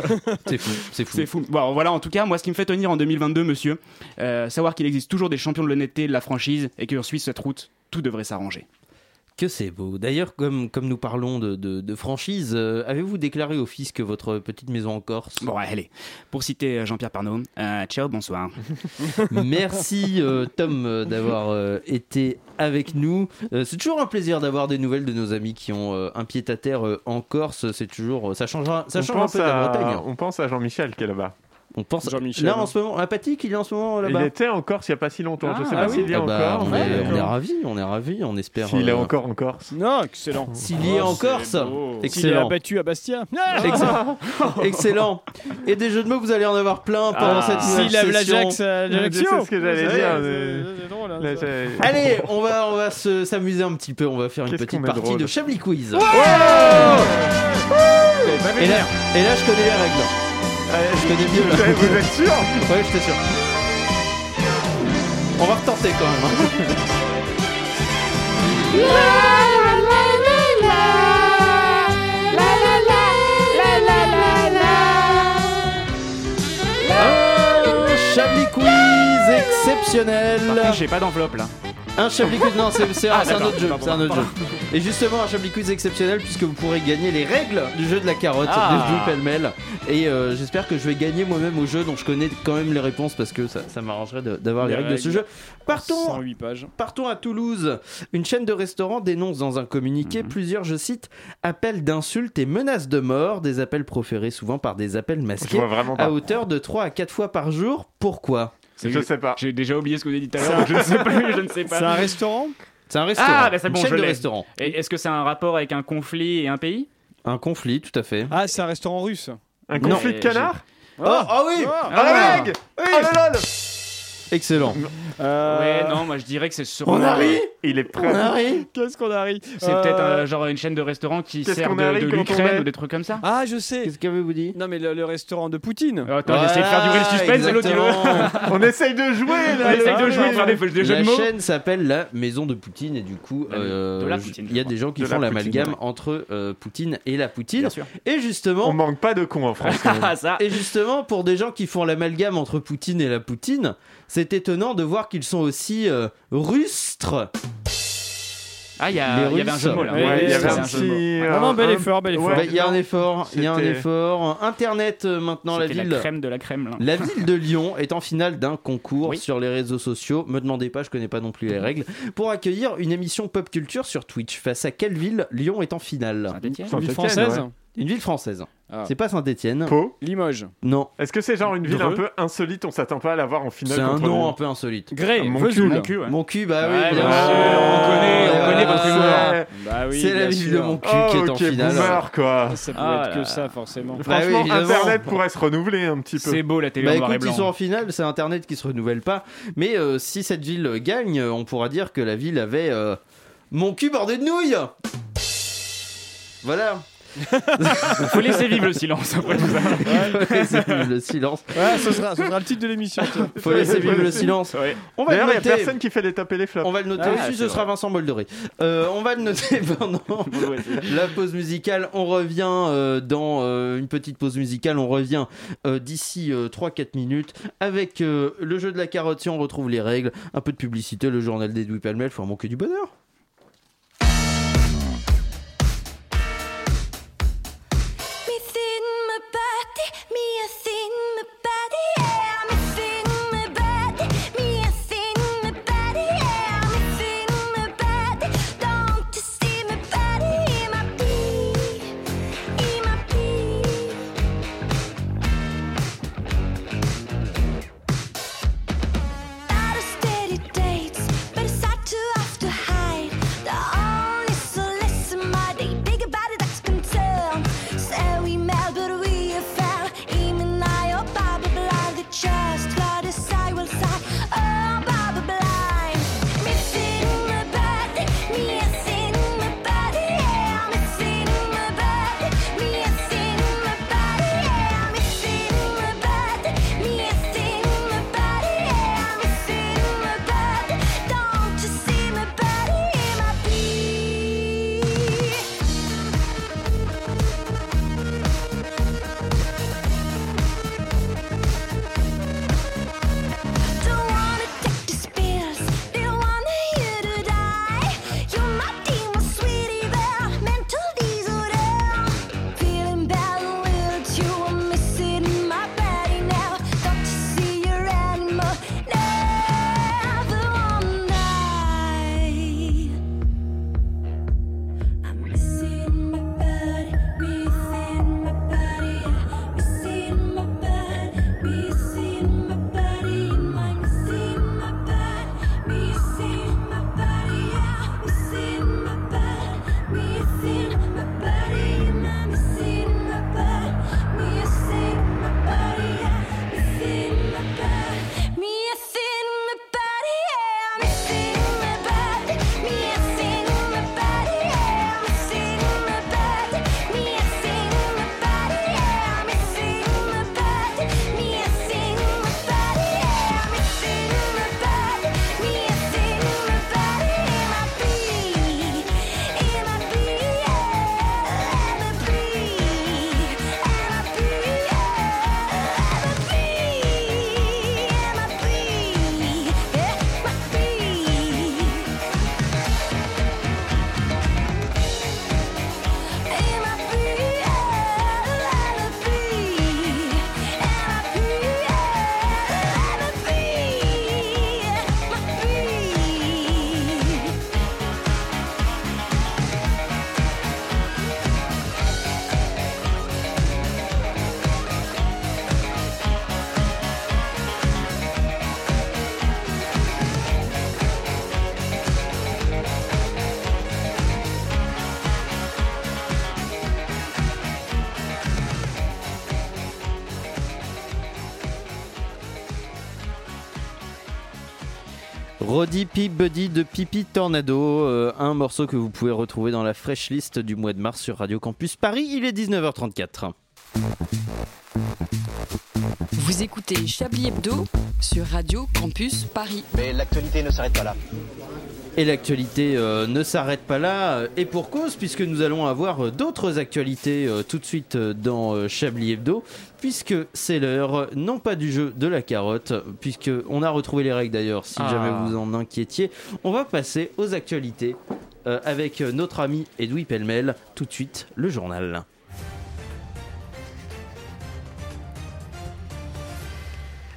C'est fou, c'est fou. c'est fou. Bon, voilà, en tout cas, moi, ce qui me fait tenir en 2022, monsieur, euh, savoir qu'il existe toujours des champions de l'honnêteté, de la franchise, et qu'en Suisse, cette route, tout devrait s'arranger. Que c'est beau. D'ailleurs, comme, comme nous parlons de, de- de franchise, euh, avez-vous déclaré au fisc votre petite maison en Corse Bon, ouais, allez, pour citer euh, Jean-Pierre Parnot, euh, ciao, bonsoir. Merci euh, Tom euh, d'avoir euh, été avec nous. Euh, c'est toujours un plaisir d'avoir des nouvelles de nos amis qui ont euh, un pied à terre euh, en Corse. C'est toujours, euh, ça changera, ça on, change un pense peu de la à, Bretagne. on pense à Jean-Michel qui est là-bas. On pense Jean-Michel. là en ce moment, apathique, il est en ce moment Il là-bas. était en Corse il n'y a pas si longtemps. je ne sais Ah pas oui. s'il y est Ah bah, encore. on, mais- est, on est ravis, on est ravis, on espère. S'il est euh, encore Oh, en Corse. Non, excellent. S'il y est en Corse. S'il a Excellent. battu à Bastia. Excellent. Excellent. Et des jeux de mots, vous allez en avoir plein pendant Ah. cette S'il lave session. l'Ajax à Je sais l'action. ce que j'allais dire, mais- euh, Là, dire. j'ai- Allez, on va, on va se- s'amuser un petit peu. On va faire une Qu'est-ce petite qu'on est partie drôle. de Chablis Quiz. J'avais pas vu. et, là, et là, je connais les règles. Allez, Je connais bien. vous êtes- Vous êtes sûr Ouais, je t'assure. On va retenter quand même. hein. Un Chablis Quiz exceptionnel. Par contre, j'ai pas d'enveloppe là. Un Chablis Quiz, non, c'est c'est un, Ah, c'est un d'accord. autre jeu. Pardon, C'est un autre jeu. Et justement, un Chablis Quiz exceptionnel puisque vous pourrez gagner les règles du jeu de la carotte Ah. de Jules Pellemel. Et euh, j'espère que je vais gagner moi-même au jeu dont je connais quand même les réponses parce que ça, ça m'arrangerait de- d'avoir les, Les règles de ce règles. jeu. Partons 108 pages. Partons à Toulouse. Une chaîne de restaurants dénonce dans un communiqué Mhm. plusieurs, je cite, appels d'insultes et menaces de mort, des appels proférés souvent par des appels Je masqués vois vraiment à pas. hauteur de 3 à 4 fois par jour. Pourquoi Je sais pas. J'ai déjà oublié ce que vous avez dit tout à l'heure, donc je ne sais plus, je ne sais C'est un pas. restaurant C'est un restaurant. Ah, bah c'est bon, une chaîne je de l'ai. restaurant. Et Est-ce que c'est un rapport avec un conflit et un pays Un conflit, tout à fait. Ah, c'est un restaurant russe. Un Non. conflit de canard Oh, ah oui Ah. Ah, la blague Oui Oh là là Excellent. Euh, Ouais, non, moi je dirais que c'est sur. Il est On prêt. arrive. Qu'est-ce qu'on arrive C'est Euh, peut-être euh, genre une chaîne de restaurants qui Qu'est-ce sert qu'on de, arrive de quand on l'Ukraine est ou des trucs comme ça. Oh, Ah, je sais. Qu'est-ce qu'avez-vous dit Non, mais le, le restaurant de Poutine. Attends, j'essaie de faire durer le suspense, c'est l'autre qui veut. Exactement. On essaye de jouer On là essaye de le- jouer, faire des, des jeux La de mots. chaîne s'appelle la Maison de Poutine et du coup, La- de euh, la je- Poutine, il y a je crois. des gens qui De la font Poutine, l'amalgame ouais. entre euh, Poutine et la Poutine. Bien sûr. Et justement, On manque pas de cons en France. Ah, ça. Et justement, pour des gens qui font l'amalgame entre Poutine et la Poutine, c'est étonnant de voir qu'ils sont aussi euh, rustres. Ah, il y, Les a- il y avait un Russes. jeu de mots là. Ouais, il y avait c'est un de mots. Vraiment bel un- effort, bel effort. Ouais, Bah, Il y a un effort, il y a un c'était- effort. Internet, euh, maintenant, la C'était ville. la crème de la crème. là. La ville de Lyon est en finale d'un concours Oui. sur les réseaux sociaux. Me demandez pas, je connais pas non plus les règles. Pour accueillir une émission pop culture sur Twitch. Face à quelle ville Lyon est en finale Saint-Étienne. Une Saint-Étienne, Ah. française. ouais. Une ville française. C'est pas Saint-Étienne. Pau Limoges. Non. Est-ce que c'est genre une ville Dreux un peu insolite On s'attend pas à la voir en finale. C'est un contre nom le- un peu insolite. Gré, Ah, mon Vesoul. cul, Mon cul, ouais. Mon cul, Ah bah Ouais, oui, bien bien sûr. sûr, on connaît, Ouais, on voilà. connaît parce que- Bah oui, C'est la bien ville sûr. de mon cul Oh, qui est en ok, finale. boomer, quoi. Ça peut Ah être là que là. ça, forcément. Bah oui, Franchement, évidemment. Internet pourrait se renouveler un petit peu. C'est beau la télé Bah en noir et écoute, ils blanc. sont en finale, c'est Internet qui se renouvelle pas. Mais euh, si cette ville euh, gagne, euh, on pourra dire que la ville avait euh, mon cul bordé de nouilles. Voilà. Faut laisser vivre le silence après tout ça. Il faut laisser vivre le silence. Ouais, ce sera, ce sera le titre de l'émission. tiens. Faut laisser vivre le silence. Ouais. On va D'ailleurs, le il y a noter. personne qui fait les taper les flops. On va le noter Ah, aussi, c'est ce sera Vincent Boldoré. Euh, on va le noter pendant la pause musicale. On revient euh, dans euh, une petite pause musicale. On revient euh, d'ici euh, 3-4 minutes avec euh, le jeu de la carotte si on retrouve les règles, un peu de publicité, le journal d'Edoui Palmel. Faut en manquer du bonheur. Just got a side will side, oh, Baba blind. Missing my body, missing my body, yeah, missing my body, missing my body, yeah, missing my body, missing my body, yeah, missing my body. Don't you see my body, my bee? Don't wanna take these pills. Don't want you to die. You're my demon, sweetie bear. Mental disorder. Feeling bad and weird. You are missing my body now. Don't you see your animal? Never one night. I'm missing my body, missing my body, missing my body, missing my body, my missing my body, missing my body, yeah, missing my body, missing my body, my missing my body, missing my body, yeah, missing my body, missing my body, yeah, missing my body, missing my body, yeah, missing my body, missing my body, yeah, missing my body, missing my body, yeah, missing my body, missing my body, in my body, in my body, yeah, in my body, in my body, yeah. Roddy P. Buddy de Pipi Tornado, euh, un morceau que vous pouvez retrouver dans la fresh list du mois de mars sur Radio Campus Paris. Il est 19h34. Vous écoutez Chablis Hebdo sur Radio Campus Paris. Mais l'actualité ne s'arrête pas là. Et l'actualité euh, ne s'arrête pas là, euh, et pour cause, puisque nous allons avoir euh, d'autres actualités euh, tout de suite euh, dans euh, Chablis Hebdo, puisque c'est l'heure, euh, non pas du jeu de la carotte, puisque on a retrouvé les règles d'ailleurs, si Ah. jamais vous en inquiétiez. On va passer aux actualités euh, avec euh, notre ami Edoui Pellemel, tout de suite le journal.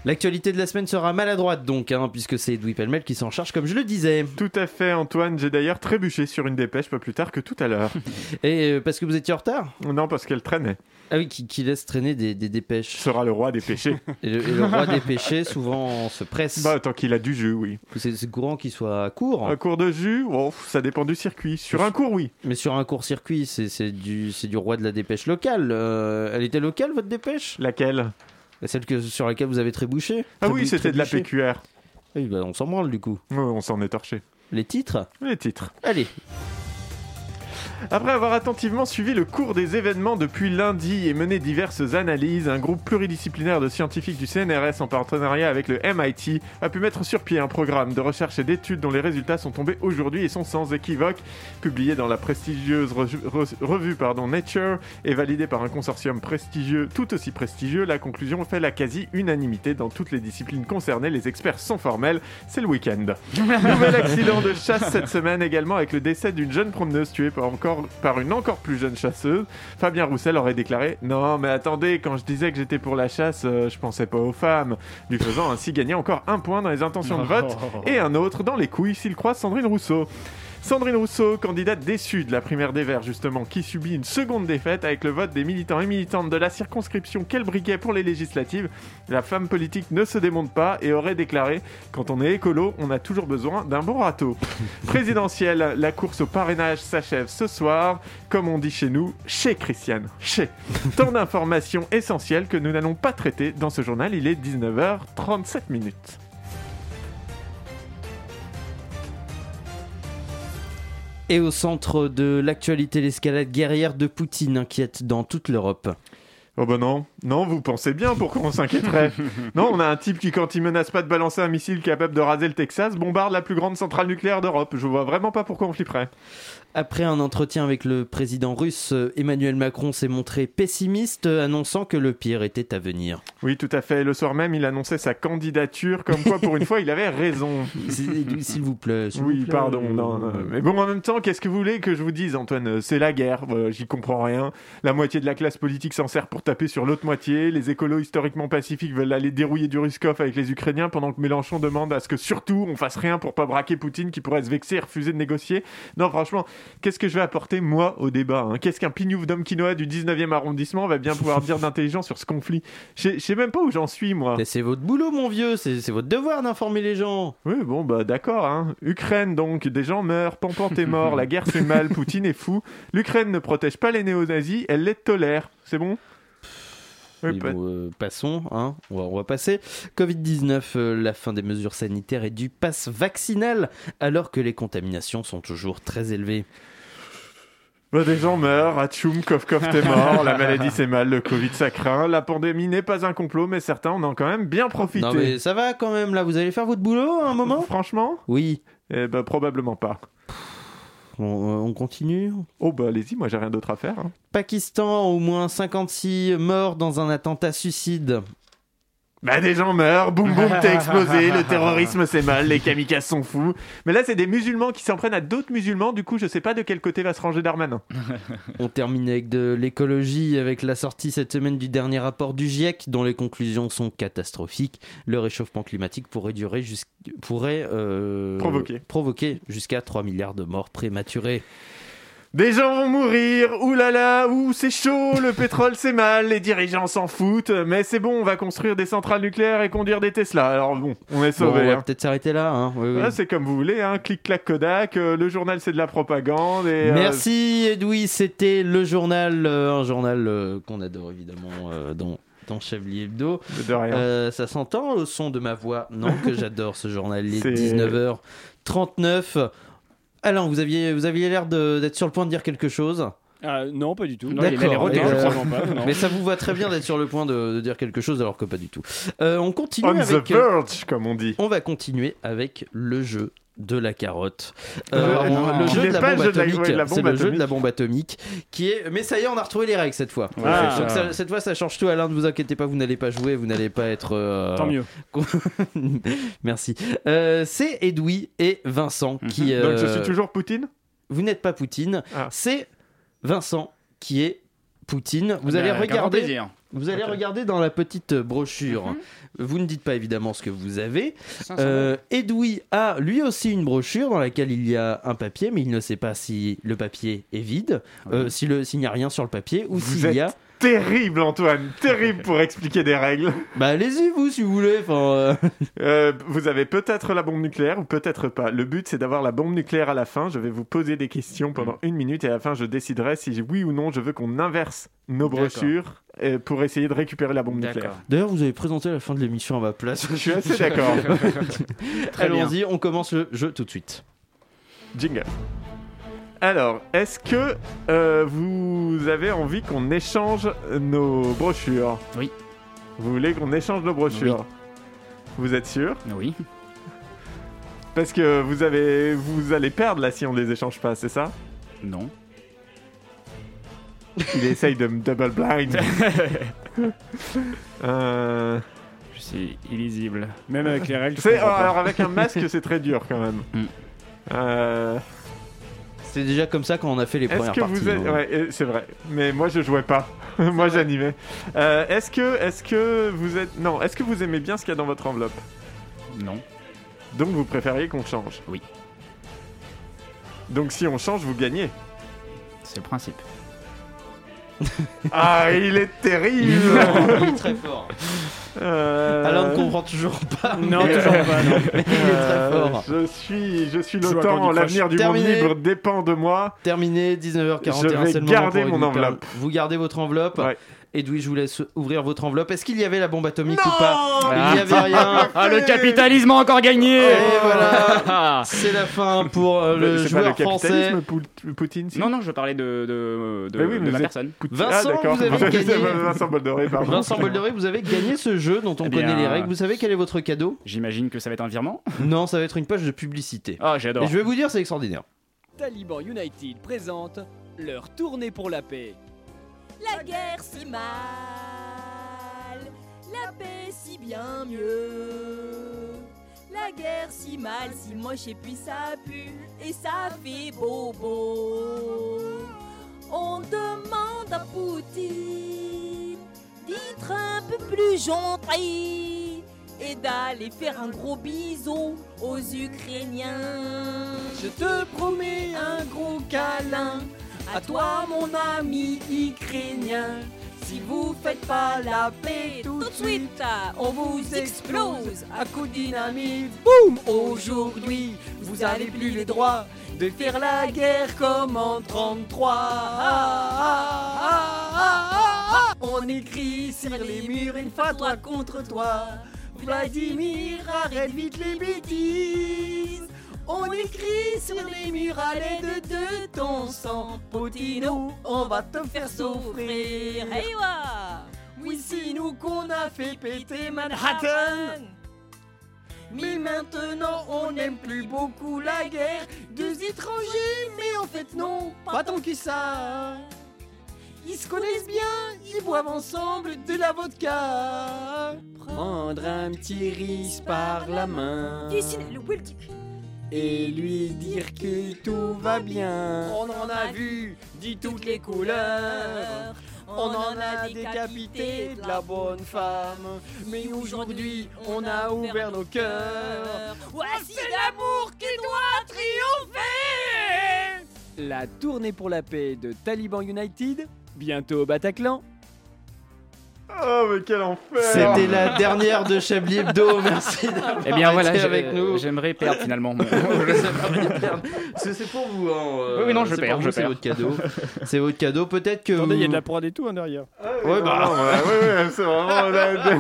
L'actualité de la semaine sera maladroite donc, hein, puisque c'est Edoui Pelmel qui s'en charge, comme je le disais. Tout à fait, Antoine. J'ai d'ailleurs trébuché sur une dépêche pas plus tard que tout à l'heure. Et euh, parce que vous étiez en retard non, parce qu'elle traînait. Ah oui, qui, qui laisse traîner des, des dépêches. Sera le roi des péchés. Et le, et le roi des péchés souvent se presse. Bah, tant qu'il a du jus, oui. C'est c'est courant qu'il soit court. Un cours de jus, oh, ça dépend du circuit. Sur un cours, oui. Mais sur un court-circuit, c'est c'est du, c'est du roi de la dépêche locale. Euh, elle était locale, votre dépêche Laquelle La Celle que, sur laquelle vous avez trébuché Ah Trébu- oui, c'était de la trébuché PQR. Oui, bah, on s'en branle du coup. Ouais, on s'en est torché. Les titres Les titres. Allez, Après avoir attentivement suivi le cours des événements depuis lundi et mené diverses analyses, un groupe pluridisciplinaire de scientifiques du CNRS en partenariat avec le MIT a pu mettre sur pied un programme de recherche et d'études dont les résultats sont tombés aujourd'hui et sont sans équivoque, publié dans la prestigieuse re- re- revue pardon, Nature et validé par un consortium prestigieux tout aussi prestigieux. La conclusion fait la quasi-unanimité dans toutes les disciplines concernées. Les experts sont formels. C'est le week-end. Nouvel accident de chasse cette semaine également avec le décès d'une jeune promeneuse tuée par, encore, par une encore plus jeune chasseuse. Fabien Roussel aurait déclaré Non, mais attendez, quand je disais que j'étais pour la chasse, euh, je pensais pas aux femmes, lui faisant ainsi gagner encore un point dans les intentions de vote Oh. et un autre dans les couilles s'il croise Sandrine Rousseau. Sandrine Rousseau, candidate déçue de la primaire des Verts, justement, qui subit une seconde défaite avec le vote des militants et militantes de la circonscription qu'elle briguait pour les législatives. La femme politique ne se démonte pas et aurait déclaré Quand on est écolo, on a toujours besoin d'un bon râteau. Présidentielle, la course au parrainage s'achève ce soir, comme on dit chez nous, chez Christiane, chez. Tant d'informations essentielles que nous n'allons pas traiter dans ce journal. Il est 19h37 minutes. Et au centre de l'actualité, l'escalade guerrière de Poutine inquiète dans toute l'Europe. Oh bah non, non, vous pensez bien pourquoi on s'inquiéterait. non, on a un type qui, quand il menace pas de balancer un missile capable de raser le Texas, bombarde la plus grande centrale nucléaire d'Europe. Je vois vraiment pas pourquoi on flipperait. Après un entretien avec le président russe, euh, Emmanuel Macron s'est montré pessimiste, euh, annonçant que le pire était à venir. Oui, tout à fait. Le soir même, il annonçait sa candidature, comme quoi pour une fois, il avait raison. S'il s'il vous plaît. s'il vous Oui, plaît. euh, pardon. non, non. Mais bon, en même temps, qu'est-ce que vous voulez que je vous dise, Antoine Euh, C'est la guerre, euh, j'y comprends rien. La moitié de la classe politique s'en sert pour taper sur l'autre moitié. Les écolos historiquement pacifiques veulent aller dérouiller du Ruskov avec les Ukrainiens pendant que Mélenchon demande à ce que surtout on fasse rien pour pas braquer Poutine qui pourrait se vexer et refuser de négocier. Non, franchement, qu'est-ce que je vais apporter, moi, au débat hein Qu'est-ce qu'un pignouf d'homme quinoa du 19e arrondissement va bien pouvoir dire d'intelligent sur ce conflit Je sais- je sais même pas où j'en suis, moi. Mais C'est votre boulot, mon vieux, c'est c'est votre devoir d'informer les gens. Oui, bon, bah d'accord. Hein. Ukraine, donc, des gens meurent, Pampan est mort, la guerre fait mal, Poutine est fou. L'Ukraine ne protège pas les néo-nazis, elle les tolère. C'est bon Oui, Mais pas- bon, euh, passons, hein, on, va, on va passer. Covid-19, euh, la fin des mesures sanitaires et du pass vaccinal, alors que les contaminations sont toujours très élevées. bah, des gens meurent, Atchoum, Kovkov t'es mort, la maladie c'est mal, le Covid ça craint, la pandémie n'est pas un complot, mais certains en ont quand même bien profité. Non mais ça va quand même, là, vous allez faire votre boulot à un moment Franchement Oui, Eh bah probablement pas. on, on continue Oh bah allez-y, moi j'ai rien d'autre à faire. hein. Pakistan, au moins 56 morts dans un attentat suicide. Bah des gens meurent, boum boum t'es explosé, le terrorisme c'est mal, les kamikazes sont fous. Mais là c'est des musulmans qui s'en prennent à d'autres musulmans, du coup je sais pas de quel côté va se ranger Darmanin. On termine avec de l'écologie, avec la sortie cette semaine du dernier rapport du GIEC, dont les conclusions sont catastrophiques. Le réchauffement climatique pourrait durer jusqu'- pourrait euh, Provoquer. provoquer jusqu'à 3 milliards de morts prématurées. Des gens vont mourir, oulala, là là, ouh c'est chaud, le pétrole c'est mal, les dirigeants s'en foutent, mais c'est bon, on va construire des centrales nucléaires et conduire des Tesla, alors bon, on est Bon, on sauvés. va hein. peut-être s'arrêter là. hein. Oui, oui. Là, c'est comme vous voulez, hein. clic-clac Kodak, euh, le journal c'est de la propagande et... euh, Merci Edoui, c'était le journal, euh, un journal euh, qu'on adore évidemment euh, dans, dans Chablis Hebdo. de rien. Euh, ça s'entend au son de ma voix. Non, que j'adore ce journal. Il est C'est- 19h39. Alain, vous aviez, vous aviez l'air de- d'être sur le point de dire quelque chose. Ah, non, pas du tout. euh, il a D'accord, l'air Non, honnête. absolument pas, non. Mais ça vous va très bien d'être sur le point de, de dire quelque chose alors que pas du tout. Euh, on continue On the avec. euh, verge, comme on dit. on va continuer avec le jeu de la carotte. Euh, non. le Qui jeu n'est de la pas bombe le jeu de la- atomique. ouais, de la C'est bombe le jeu de atomique. la bombe atomique qui est. Mais ça y est, on a retrouvé les règles cette fois. Ah. Donc ça- cette fois, ça change tout. Alain, ne vous inquiétez pas, vous n'allez pas jouer, vous n'allez pas être. euh, Tant mieux. Merci. Euh, c'est Edoui et Vincent qui. Donc je euh, suis toujours Poutine Vous n'êtes pas Poutine. Ah. C'est Vincent qui est Poutine. Vous Bah, allez Eh avec un grand regarder. plaisir. Vous allez Ok. regarder dans la petite brochure. Vous ne dites pas évidemment ce que vous avez. 500 Euh, Edoui a lui aussi une brochure dans laquelle il y a un papier, mais il ne sait pas si le papier est vide, euh, si le- s'il n'y a rien sur le papier ou Vous s'il y a. êtes Terrible, Antoine, terrible pour expliquer des règles. Bah allez-y vous si vous voulez. Enfin, euh, Euh, vous avez peut-être la bombe nucléaire ou peut-être pas. Le but, c'est d'avoir la bombe nucléaire à la fin. Je vais vous poser des questions pendant Mm. une minute et à la fin, je déciderai si oui ou non je veux qu'on inverse nos D'accord. brochures euh, pour essayer de récupérer la bombe nucléaire. D'ailleurs, vous avez présenté la fin de l'émission à ma place. Je suis assez d'accord. Très bien. Allons-y, on commence le jeu tout de suite. Jingle. Alors, est-ce que euh, vous avez envie qu'on échange nos brochures Oui. Vous voulez qu'on échange nos brochures Vous êtes sûr Oui. Parce que vous avez, vous allez perdre là si on les échange pas, c'est ça Non. Il essaye de me double blind. Euh, Je suis illisible. Même avec les règles. je c'est- comprends pas. alors avec un masque, c'est très dur quand même. Mm. Euh, C'est déjà comme ça quand on a fait les Est-ce premières que parties. vous êtes... hein. ouais, euh, c'est vrai. Mais moi je jouais pas. moi j'animais. Euh, est-ce que est-ce que vous êtes non, est-ce que vous aimez bien ce qu'il y a dans votre enveloppe Non. Donc vous préfériez qu'on change Oui. Donc si on change, vous gagnez. C'est le principe. ah, il est Il est terrible. fort, il est Ah très fort. Euh, Alain ne comprend toujours pas. Euh, Non, toujours pas. euh, non. mais il est très euh, fort. Je suis je suis Joue à l'OTAN, Candy Crush. l'avenir du Terminé. monde libre dépend de moi. Terminé, 19h41. Je vais c'est le moment garder pour mon Edoui enveloppe. Perle. Vous gardez votre enveloppe. Ouais. Edoui, je vous laisse ouvrir votre enveloppe. Est-ce qu'il y avait la bombe atomique ou pas Il n'y avait rien. Ah, le capitalisme a encore gagné Et Ah. voilà. C'est la fin pour euh, le C'est joueur pas le français. capitalisme Pout- Poutine si Non, non, je parlais de, de, de, Mais oui, mais de vous ma êtes- personne. Poutine. Vincent, ah, d'accord. vous avez gagné. Vincent Boldoré, pardon. Vincent Boldoré, vous avez gagné ce jeu dont on Eh bien, connaît les règles. Vous savez quel est votre cadeau J'imagine que ça va être un virement. Non, ça va être une page de publicité. Ah, Et j'adore. je vais vous dire, c'est extraordinaire. Taliban United présente leur tournée pour la paix. La guerre si mal, la paix si bien mieux. La guerre si mal, si moche et puis ça pue et ça fait bobo. On demande à Poutine d'être un peu plus gentil et d'aller faire un gros bisou aux Ukrainiens. Je te promets un gros câlin à toi mon ami ukrainien. Si vous faites pas la paix tout de suite, on vous explose à coup de dynamite. Boum Aujourd'hui, vous avez plus le droit de faire la guerre comme en 33. Ah, ah, ah, ah, ah. On écrit sur les murs une fatwa contre toi. Vladimir, arrête vite les bêtises. On écrit sur les murs à l'aide de ton sang. Potino, on va te faire souffrir. Oui, c'est nous qu'on a fait péter Manhattan. Mais maintenant, on n'aime plus beaucoup la guerre des étrangers. Mais en fait, non, pas tant que ça. Ils se connaissent bien, ils boivent ensemble de la vodka. Prendre un petit riz par la main et lui dire que tout va bien. On en a vu dit toutes les couleurs. On en a décapité de la bonne femme, mais aujourd'hui on a ouvert nos cœurs. Voici l'amour qui doit triompher La tournée pour la paix de Taliban United, bientôt au Bataclan. Oh, mais quel enfer C'était la dernière de Chablis Hebdo. Merci d'avoir Eh bien voilà, été j'ai- avec nous. j'aimerais perdre finalement. mon- Oh, C'est c'est pour vous. hein, euh, Oui, oui, non, je c'est pour perds, vous, je C'est perds. votre cadeau. C'est votre cadeau. Peut-être que. Attendez, il y a de vous- la proie des tout hein, derrière. Ouais, bah, Non, Ah, ouais, ouais, ouais, c'est vraiment la-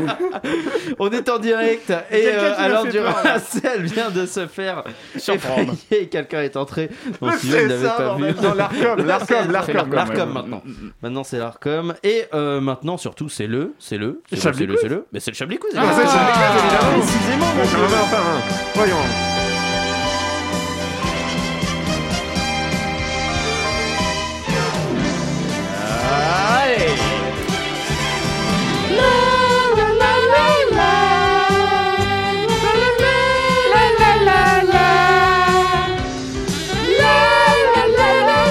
On est en direct et Quelqu'un euh, qui m'a Alain fait peur, Duracel vient de se faire Surprendre. effrayer. Quelqu'un est entré. Bon, Mais si vous ne c'est l'avez ça, pas vu. bordel. Non, l'Arcom, l'Arcom, Mm, C'est l'Arcom. l'Arcom maintenant. Maintenant c'est l'Arcom et euh, maintenant surtout c'est le, c'est le, c'est le, c'est le, c'est le. Mais c'est le Chablis Quiz, Ah, c'est le Chablis Quiz, évidemment. Précisément. mon J'en avais Dieu. enfin un. Voyons. la la la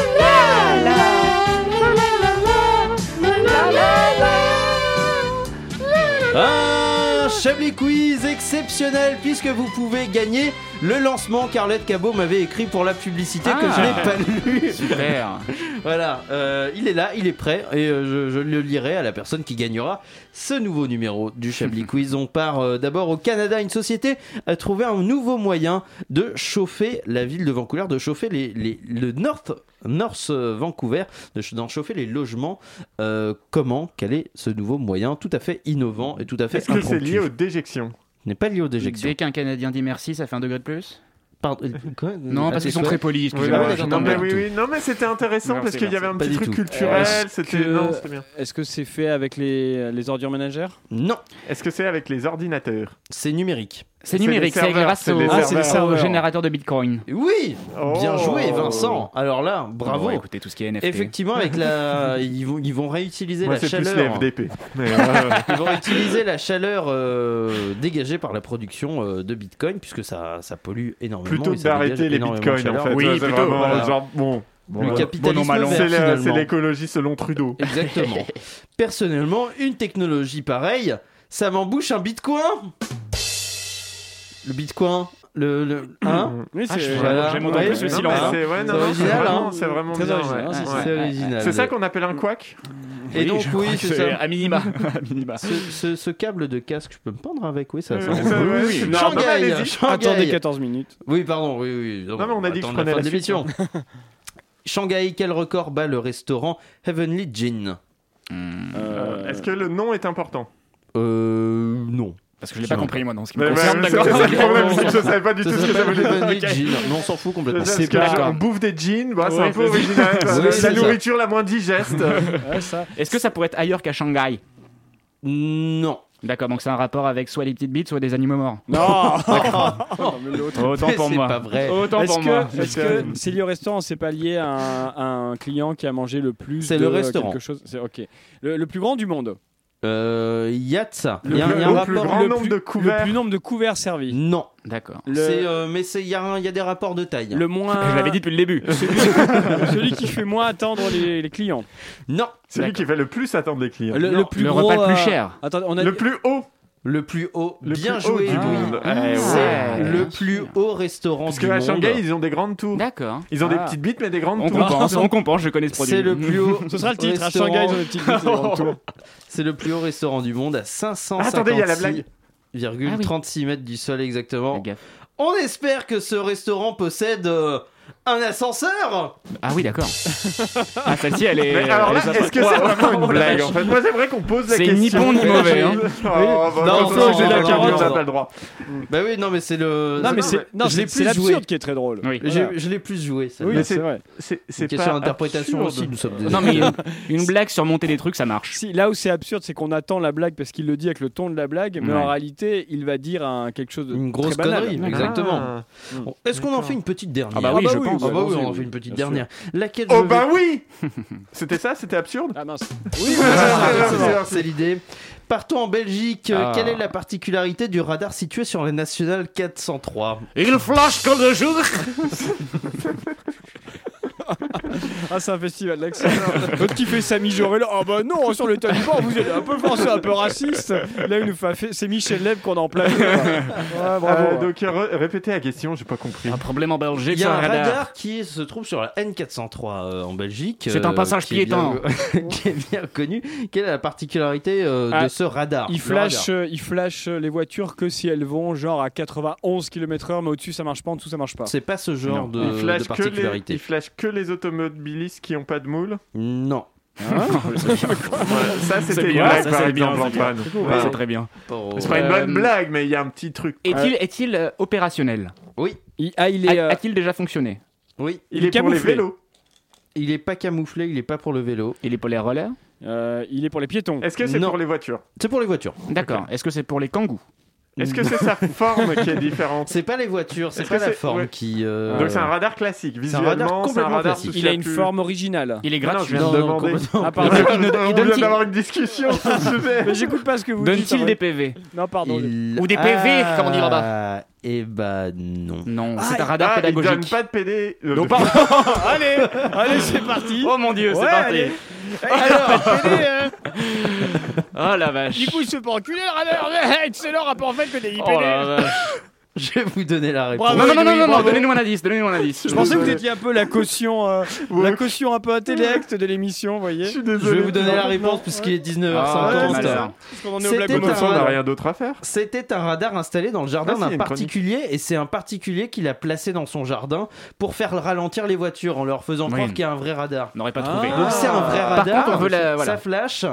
la la Chablis Quiz exceptionnel puisque vous pouvez gagner le lancement. Carlette Cabot m'avait écrit pour la publicité que je Ah. n'ai pas lu. Super. voilà, euh, il est là, il est prêt et euh, je, je le lirai à la personne qui gagnera ce nouveau numéro du Chablis Quiz. On part euh, d'abord au Canada. Une société a trouvé un nouveau moyen de chauffer la ville de Vancouver, de chauffer les, les- le North, North Vancouver, de ch- d'en chauffer les logements. Euh, comment Quel est ce nouveau moyen tout à fait innovant et tout à fait Est-ce que c'est impromptu lié aux déjections n'est pas lié aux déjections. Dès qu'un Canadien dit merci, ça fait un degré de plus Pardon, euh, quoi Mm. Non, parce qu'ils sont très polis, excusez-moi. Ah, Oui, bah, je non, mais t'emmerde. oui, oui, non, mais c'était intéressant Merci, parce qu'il y avait un Pas petit du truc tout. culturel. Est-ce C'était que- non, c'était bien. Est-ce que c'est fait avec les, les ordures ménagères Non, Est-ce que c'est avec les ordinateurs c'est numérique. C'est les numérique, c'est serveurs, grâce c'est au, les au serveurs. générateur de Bitcoin. Oui, bien Oh. joué Vincent. Alors là, bravo. Bon, écoutez, tout ce qui est NFT. Effectivement, avec la, ils vont, ils vont réutiliser Moi, la c'est plus chaleur. hein. les FDP. Mais, euh, Ils vont utiliser la chaleur euh, dégagée par la production euh, de Bitcoin, puisque ça, ça pollue énormément. plutôt et que ça dégage d'arrêter les énormément de bitcoins, en chaleur. fait. Oui, Ouais, c'est plutôt, vraiment voilà. genre, bon, bon, Le voilà. capitalisme bon, normalement. vert, C'est la- c'est finalement. l'écologie selon Trudeau. Exactement. Personnellement, une technologie pareille, ça m'embouche un bitcoin. Le bitcoin, le. le hein Oui, Ah, je- c'est voilà. j'aime Ouais, entendre ouais, ce ouais, silence. hein. mais c'est- ouais, non, C'est non, c'est original, vraiment- hein. C'est vraiment Très bien. original, Ah, ouais, hein, ouais. C'est original. C'est ça qu'on appelle un quack Et donc, oui, c'est ça. À minima. À minima. Ce, ce- ce câble de casque, je peux me pendre avec Oui, ça. Euh, ça- ça, ouais, Oui. c'est- non, Shanghai, bah, allez-y. Shanghai. Attendez 14 minutes. Oui, pardon, oui, oui. Non, mais on a dit que attend je la prenais fin la de l'émission. Shanghai, quel record bat le restaurant Heavenly Gin Euh, Est-ce que le nom est important Euh. Non. Parce que je l'ai pas compris, moi, dans ce qui me Mais, concerne. bah, C'est ça le problème, c'est que je savais pas du tout Ça ce que ça s'appelle voulait dire. Heavenly Gin. Non, on s'en fout complètement. Parce que pas- on bouffe des jeans, bah, c'est Ouais, un peu original. quoi. Oui, c'est ça. la nourriture la moins digeste. Ouais, ça. Est-ce que ça pourrait être ailleurs qu'à Shanghai Non. D'accord, donc c'est un rapport avec soit les petites bites, soit des animaux morts. Non. Autant pour C'est moi. pas vrai. Autant Est-ce pour moi. que est-ce que c'est lié au restaurant C'est pas lié à un, à un client qui a mangé le plus C'est de le restaurant. quelque chose. C'est ok. Le, le plus grand du monde. Euh. Y a de ça. Le y a, plus- y a un le plus rapport. grand nombre de Le couverts. plus nombre de couverts servis. Non. D'accord. Le, C'est, euh, mais il y, a un- y a des rapports de taille. le moins. Je l'avais dit depuis le début. Celui qui fait moins attendre les, les clients. Non. Celui qui fait le plus attendre les clients. Le, Non, plus le gros, repas le plus euh, cher. Attends, on a Le dit- plus haut. Le plus haut. Le bien plus haut joué. du Louis. monde. Eh ouais. C'est le Bien plus sûr. haut restaurant Parce du qu'à monde. Shanghai, ils ont des grandes tours. D'accord. Ils ont des Ah. petites bites, mais des grandes On tours. compense, on compense, je connais ce produit. C'est le plus haut. Ce sera le titre. À restaurant- Shanghai, ils ont des petites bites, c'est grand tour. C'est le plus haut restaurant du monde à 556,36 Attendez, il y a la blague. mètres du sol exactement. Fais gaffe. On espère que ce restaurant possède euh, un ascenseur. Ah oui, d'accord. Ah, celle-ci, elle est. Mais alors là, elle est-ce que c'est vraiment une blague en fait Moi j'aimerais qu'on pose la C'est question. ni bon, ni mauvais, hein. Oh, bah, Non, quand non, on non, j'ai la non, carotte, non, on n'a non. pas le droit. Bah oui, non mais c'est le. Non mais non, c'est mais non, je c'est- l'ai c'est plus l'absurde joué. qui est très drôle. Oui. J'ai- Je l'ai plus joué. celle-là. Oui, Mais c'est c'est- vrai. C'est c'est C'est une pas question d'interprétation aussi. absurde. Nous sommes des... Non, mais une, une blague sur monter des trucs, ça marche. Si, là où c'est absurde, c'est qu'on attend la blague parce qu'il le dit avec le ton de la blague, mais Ouais. en réalité, il va dire un, quelque chose de Une grosse très banal. connerie. Ah, Exactement. Bon, Est-ce qu'on en D'accord. fait une petite dernière Ah bah oui, Ah bah je oui, pense. Ah bah oui, on Allons-y, en fait oui, une petite bien dernière. Laquelle je Oh vais- bah oui C'était ça C'était absurde Ah mince. Oui, voilà, c'est ça, c'est l'idée. Partons en Belgique. Euh, Ah. Quelle est la particularité du radar situé sur la nationale 403 Il flash comme le jour Ah, c'est un festival d'accent. L'autre qui fait Samy Jorel. Ah bah non, sur le Taliban, vous êtes un peu français, un peu raciste. Là, il nous fait. fait- C'est Michel Leb qu'on est en plein. milieu, quoi. Ouais, bravo. Euh, Donc euh, re- répétez la question, j'ai pas compris. Ah, Un problème en Belgique, Il y a sur un le radar. radar qui se trouve sur la N403 euh, en Belgique. C'est un passage qui est bien- piéton. qui est bien connu. Quelle est la particularité euh, de Ah, ce radar Il Le radar. flash, euh, il flash euh, les voitures que si elles vont genre à 91 km/h, mais au-dessus ça marche pas, en dessous ça marche pas. C'est pas ce genre Non. de, il, flash de que les, particularité. il flash que les automobilistes qui ont pas de moule. Non, Ouais, ça c'était une bien, blague ça, par c'est bien, exemple c'est bien. Antoine. Ouais, Voilà. c'est très bien. pas au- C'est pas une Euh, bonne blague, mais il y a un petit truc. Est-il est-il euh, opérationnel Il, ah, il A- est. euh, A-t-il déjà fonctionné Oui, Il, il est est pour les camouflé. vélos. il est pas camouflé, il est pas pour le vélo. Il est pour les rollers euh, il est pour les piétons. Est-ce que c'est Non. pour les voitures C'est pour les voitures. D'accord. Est-ce que c'est pour les kangous Est-ce que c'est sa forme qui est différente C'est pas les voitures, c'est Est-ce pas que la c'est- forme ouais. qui. euh, Donc c'est un radar classique. un radar Visuellement, c'est un complètement radar. classique. sous Il a une circuit. forme originale. Il est Ah non, gratuit. je viens de Non, non, demander. Ah On pardon. vient donne-t-il- d'avoir une discussion sur ce mais sujet. j'écoute pas ce que vous dites. Donne-t-il hein. des PV Non pardon. Il- Ou des PV, comme on dit Ah, Eh bah non. Non, Ah, c'est un il- radar Ah, il donne pédagogique. pas de PD. euh, Non, de- pardon. allez, allez c'est parti. Oh mon dieu, c'est Ouais, parti. allez. Ah, Oh la vache. Du coup, il se fait enculer le rameur. Excellent rapport en fait que des IPD. Oh la vache. Je vais vous donner la réponse. Ah, non, non, non, non, non, donnez-nous un indice, donnez-nous un indice. Je pensais que vous étiez un peu la caution, euh, la caution un peu intellect de l'émission, vous voyez. Je suis Je vais vous donner la réponse puisqu'il est 19h50. Ah, ouais, c'est ça. Parce qu'on en est au C'était Black Bloc. un On n'a radar- rien d'autre à faire. C'était un radar installé dans le jardin Ah, si, il y a d'un une chronique. particulier et c'est un particulier qui l'a placé dans son jardin pour faire ralentir les voitures en leur faisant Oui. croire qu'il y a un vrai radar. On n'aurait pas trouvé. Ah. Donc c'est un vrai Par radar. contre, on veut la- voilà. Ça flash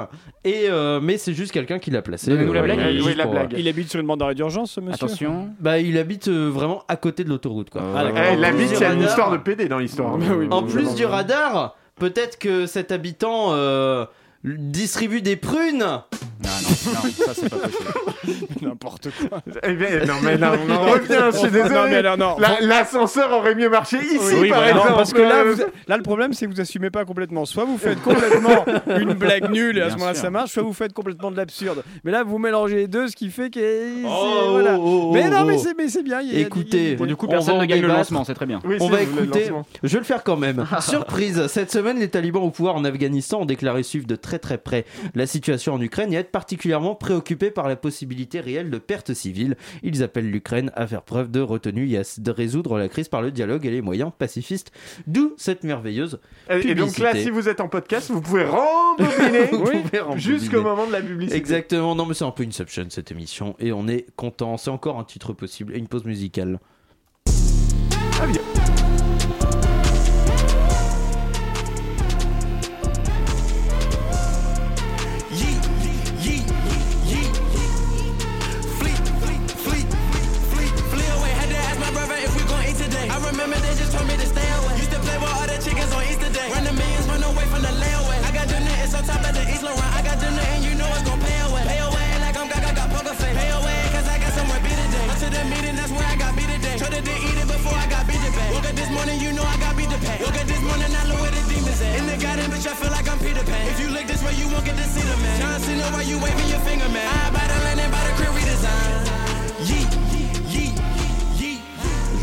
et euh, mais c'est juste quelqu'un qui l'a placé. Donnez-nous la Euh, blague. juste Oui, la pour, blague. euh, Il habite sur une bande d'arrêt d'urgence, ce monsieur. Attention. Bah il habite euh, vraiment à côté de l'autoroute quoi. Eh, la bite, il y a une histoire de PD dans l'histoire. hein. En plus du radar, peut-être que cet habitant euh, distribue des prunes. ça c'est pas possible. N'importe quoi. Eh bien, non, mais là, on en revient, je suis désolé. Non, mais alors, non. La- L'ascenseur aurait mieux marché ici, par Non, exemple. parce que là, Euh, vous- là, le problème, c'est que vous assumez pas complètement. Soit vous faites complètement une blague nulle et à Bien ce moment-là, sûr. ça marche. Soit vous faites complètement de l'absurde. Mais là, vous mélangez les deux, ce qui fait que c'est- Oh, voilà. oh, oh, mais non, oh. mais c'est mais c'est bien. il y a- il y a- Écoutez, il y a- du coup, On personne va ne en gagne le débattre. lancement, c'est très bien. oui, on si, va vous voulez le écouter. lancement. Je vais le faire quand même. Surprise, cette semaine, les talibans au pouvoir en Afghanistan ont déclaré suivre de très très près la situation en Ukraine et être particulièrement préoccupés par la possibilité réelle de pertes civiles. Ils appellent l'Ukraine à faire preuve de retenue et à s- de résoudre la crise par le dialogue et les moyens pacifistes. D'où cette merveilleuse Et, et donc là, publicité. si vous êtes en podcast, vous pouvez rembobiner Vous pouvez rembobiner. jusqu'au moment de la publicité. Exactement, non mais c'est un peu Inception cette émission et on est content, c'est encore un titre possible et une pause musicale.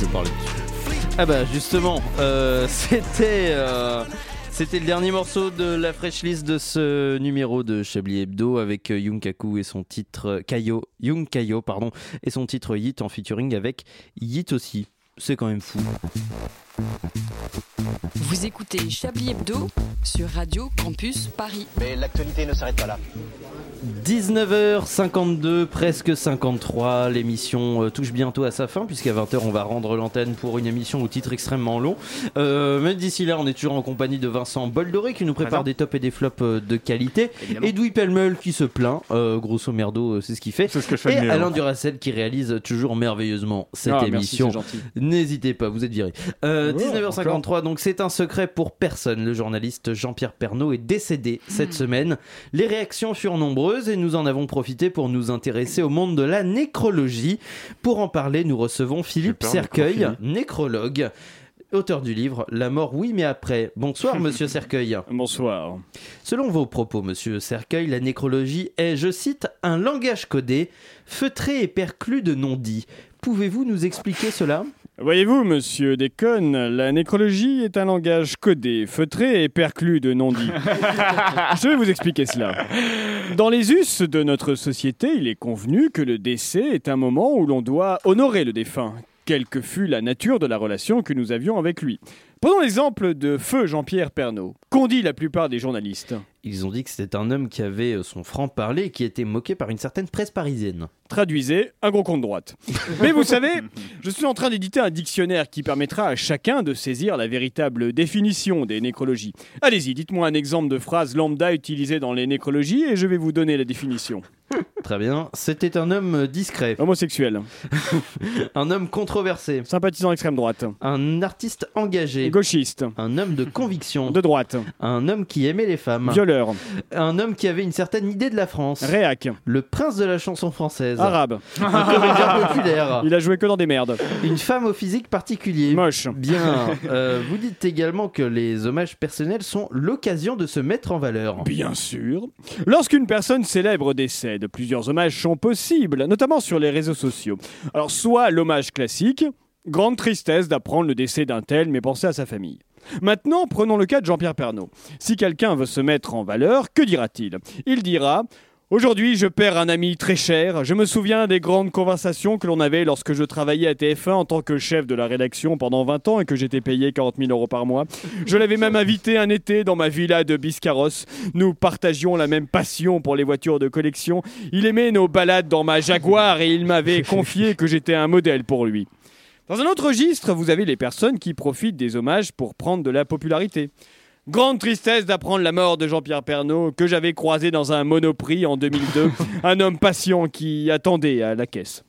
Je parlais Ah bah justement, euh, c'était euh, c'était le dernier morceau de la fresh list de ce numéro de Chablis Hebdo avec euh, Young Kaku et son titre euh, Kayo, Young Kayo pardon, et son titre Yit en featuring avec Yit aussi. C'est quand même fou. Vous écoutez Chablis Hebdo sur Radio Campus Paris. Mais l'actualité ne s'arrête pas là. 19h52, presque 53, l'émission euh, touche bientôt à sa fin, puisqu'à 20h on va rendre l'antenne pour une émission au titre extrêmement long. Euh, mais d'ici là, on est toujours en compagnie de Vincent Boldoré qui nous prépare Présent. des tops et des flops euh, de qualité, Évidemment. et Douy Pelmel qui se plaint, euh, grosso merdo, euh, c'est ce qu'il fait, C'est ce que je fais et de mieux. Alain Duracel qui réalise toujours merveilleusement cette Ah, merci, émission. c'est gentil. N'hésitez pas, vous êtes viré. Euh, Oh, 19h53, donc c'est un secret pour personne. Le journaliste Jean-Pierre Pernaud est décédé cette semaine. Les réactions furent nombreuses et nous en avons profité pour nous intéresser au monde de la nécrologie. Pour en parler, nous recevons Philippe peur, Cercueil, nécrologue. Auteur du livre La mort, oui, mais après. Bonsoir, monsieur Cercueil. Bonsoir. Selon vos propos, monsieur Cercueil, la nécrologie est, je cite, un langage codé, feutré et perclus de non-dits. Pouvez-vous nous expliquer cela Voyez-vous, monsieur Déconne, la nécrologie est un langage codé, feutré et perclus de non-dits. Je vais vous expliquer cela. Dans les us de notre société, il est convenu que le décès est un moment où l'on doit honorer le défunt, quelle que fût la nature de la relation que nous avions avec lui. Prenons l'exemple de feu Jean-Pierre Pernaud, qu'ont dit la plupart des journalistes. Ils ont dit que c'était un homme qui avait euh, son franc-parler et qui était moqué par une certaine presse parisienne. traduisez un gros compte droite. Mais vous savez, je suis en train d'éditer un dictionnaire qui permettra à chacun de saisir la véritable définition des nécrologies. Allez-y, dites-moi un exemple de phrase lambda utilisée dans les nécrologies et je vais vous donner la définition. Très bien. C'était un homme euh, discret, Homosexuel, un homme controversé, sympathisant extrême droite, un artiste engagé, gauchiste, un homme de conviction, de droite, un homme qui aimait les femmes, violeur, un homme qui avait une certaine idée de la France, réac, le prince de la chanson française, arabe. un comédien populaire, Il a joué que dans des merdes. une femme au physique particulier. Moche. Bien, euh, vous dites également que les hommages personnels sont l'occasion de se mettre en valeur. Bien sûr. Lorsqu'une personne célèbre décède, plusieurs hommages sont possibles, notamment sur les réseaux sociaux. Alors, soit l'hommage classique, grande tristesse d'apprendre le décès d'un tel, mais pensez à sa famille. Maintenant, prenons le cas de Jean-Pierre Pernaud. Si quelqu'un veut se mettre en valeur, que dira-t-il Il dira Aujourd'hui, je perds un ami très cher. Je me souviens des grandes conversations que l'on avait lorsque je travaillais à TF1 en tant que chef de la rédaction pendant 20 ans et que j'étais payé 40 000 euros par mois. Je l'avais même invité un été dans ma villa de Biscarrosse. Nous partagions la même passion pour les voitures de collection. Il aimait nos balades dans ma Jaguar et il m'avait confié que j'étais un modèle pour lui. Dans un autre registre, vous avez les personnes qui profitent des hommages pour prendre de la popularité. Grande tristesse d'apprendre la mort de Jean-Pierre Pernaud, que j'avais croisé dans un monoprix en 2002, un homme patient qui attendait à la caisse.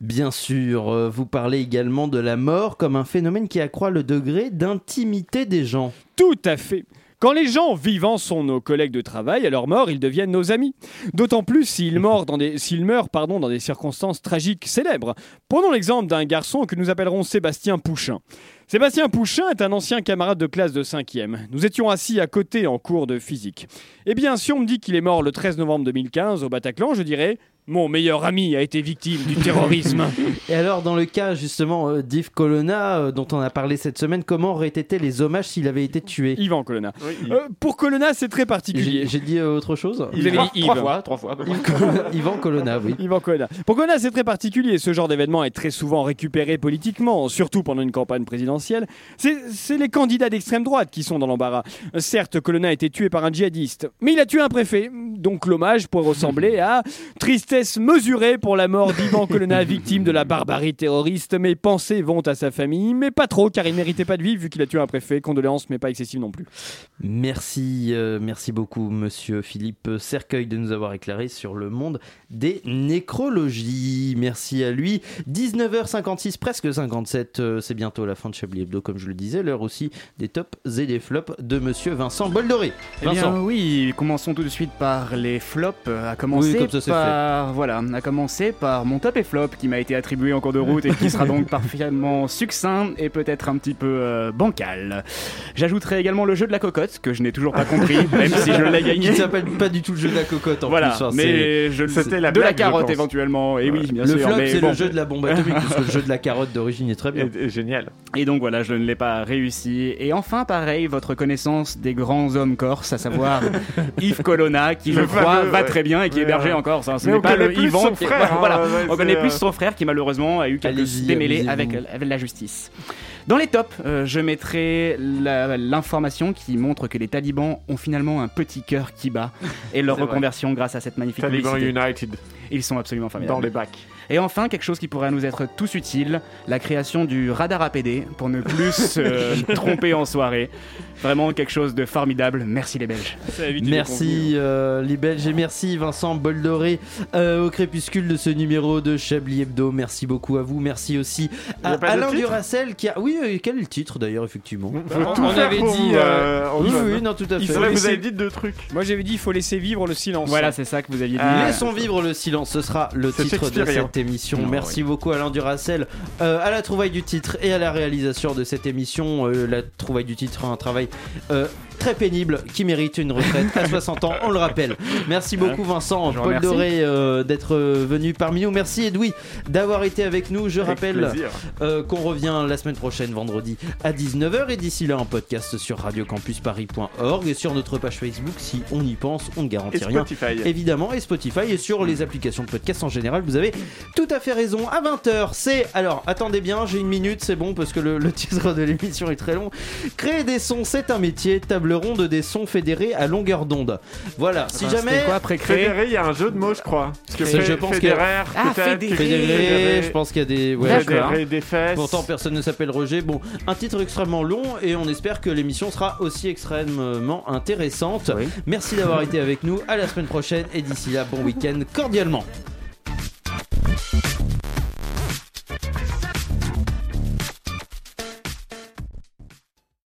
Bien sûr, euh, vous parlez également de la mort comme un phénomène qui accroît le degré d'intimité des gens. Tout à fait. Quand les gens vivants sont nos collègues de travail, à leur mort, ils deviennent nos amis. D'autant plus s'ils meurent dans des, s'ils meurent, pardon, dans des circonstances tragiques célèbres. Prenons l'exemple d'un garçon que nous appellerons Sébastien Pouchin. Sébastien Pouchin est un ancien camarade de classe de 5e. Nous étions assis à côté en cours de physique. Eh bien, si on me dit qu'il est mort le 13 novembre 2015 au Bataclan, je dirais Mon meilleur ami a été victime du terrorisme. Et alors, dans le cas justement euh, d'Yves Colonna, euh, dont on a parlé cette semaine, comment auraient été les hommages s'il avait été tué Yvan Colonna. Euh, pour Colonna, c'est très particulier. J'ai dit euh, autre chose Vous avez dit Yves. trois fois, trois fois. Yves Colonna- Yvan Colonna, oui. Yvan Colonna. Pour Colonna, c'est très particulier. Ce genre d'événement est très souvent récupéré politiquement, surtout pendant une campagne présidentielle. C'est c'est les candidats d'extrême droite qui sont dans l'embarras. Euh, Certes, Colonna a été tué par un djihadiste, mais il a tué un préfet. Donc l'hommage pourrait ressembler à tristesse mesurée pour la mort d'Yvan Colonna, victime de la barbarie terroriste. Mes pensées vont à sa famille, mais pas trop, car il méritait pas de vivre vu qu'il a tué un préfet. Condoléances, mais pas excessives non plus. Merci, euh, merci beaucoup, monsieur Philippe Cercueil, de nous avoir éclairé sur le monde des nécrologies. Merci à lui. 19h56, presque 57, euh, c'est bientôt la fin de Chablis Hebdo, comme je le disais, l'heure aussi des tops et des flops de monsieur Vincent Boldoré. Eh bien, Vincent. oui, commençons tout de suite par les flops. euh, À commencer comme ça, c'est par voilà, à commencer par mon top et flop qui m'a été attribué en cours de route et qui sera donc parfaitement succinct et peut-être un petit peu euh, bancal. J'ajouterai également le jeu de la cocotte que je n'ai toujours pas compris, même si je l'ai gagné. Qui s'appelle pas du tout le jeu de la cocotte en Voilà, plus. hein, c'est- mais je le- c'était la de la blague, je carotte pense. éventuellement. Et oui, bien le sûr. flop, mais c'est bon. le jeu de la bombe atomique, parce que le jeu de la carotte d'origine est très bien. Et- et génial. Et donc voilà, je ne l'ai pas réussi. Et enfin, pareil, votre connaissance des grands hommes corses, à savoir Yves Colonna, qui je Le crois fameux, va ouais. très bien et qui est Ouais, hébergé ouais. en Corse. hein. Ce Mais n'est on pas connaît le plus Yvan son qui- frère, voilà. hein, ouais, on c'est, connaît plus euh, son frère qui malheureusement a eu quelques Allez-y, démêlés amusez-vous. avec, avec la justice. Dans les tops, euh, je mettrai la- l'information qui montre que les talibans ont finalement un petit cœur qui bat et leur C'est vrai. reconversion grâce à cette magnifique euh, Taliban publicité. United Ils sont absolument formidables. dans les bacs. Et enfin, quelque chose qui pourrait nous être tous utile, la création du radar APD pour ne plus se tromper en soirée. Vraiment quelque chose de formidable. Merci les Belges. Merci euh, les Belges et merci Vincent Boldoré euh, au crépuscule de ce numéro de Chablis Hebdo. Merci beaucoup à vous. Merci aussi Y à a pas de Alain titre Duracel qui a. Oui, euh, quel titre d'ailleurs, effectivement. Faut tout on faire avait pour, dit, euh, en Oui, jaune. oui, non, tout à Il fait. C'est vrai que vous laisser- avez dit deux trucs. Moi, j'avais dit il faut laisser vivre le silence. Euh, Voilà, c'est ça que vous aviez dit. Ah. Laissons vivre le silence, ce sera le C'est titre de shakespearien. cette émission. Non, Merci beaucoup Alain Duracel euh, à la trouvaille du titre et à la réalisation de cette émission. Euh, la trouvaille du titre, un travail euh, très pénible qui mérite une retraite à 60 ans, on le rappelle. Merci beaucoup Vincent, Hein Je vous Paul remercie. Doré euh, d'être euh, venu parmi nous. Merci Edoui d'avoir été avec nous. Je Avec rappelle plaisir. euh, qu'on revient la semaine prochaine, vendredi à 19h. Et d'ici là, en podcast sur radiocampusparis.org et sur notre page Facebook. Si on y pense, on ne Et garantit rien Spotify. évidemment, et Spotify, et sur les applications de podcast en général, vous avez tout à fait raison. À 20h, c'est. Alors, attendez bien, j'ai une minute, c'est bon, parce que le, le titre de l'émission est très long. Créer des sons, c'est un métier. Table ronde des sons fédérés à longueur d'onde. Voilà, si Enfin, jamais. c'était quoi après créer Fédéré, il y a un jeu de mots, je crois. Parce que Fédéré, Fé- je pense que- Federer, Ah, peut-être, Fédéré. Fédéré, je pense qu'il y a des. ouais, D'accord. Fédéré des fesses. Pourtant, personne ne s'appelle Roger. Bon, un titre extrêmement long et on espère que l'émission sera aussi extrêmement intéressante. Oui. Merci d'avoir été avec nous. À la semaine prochaine et d'ici là, bon week-end cordialement.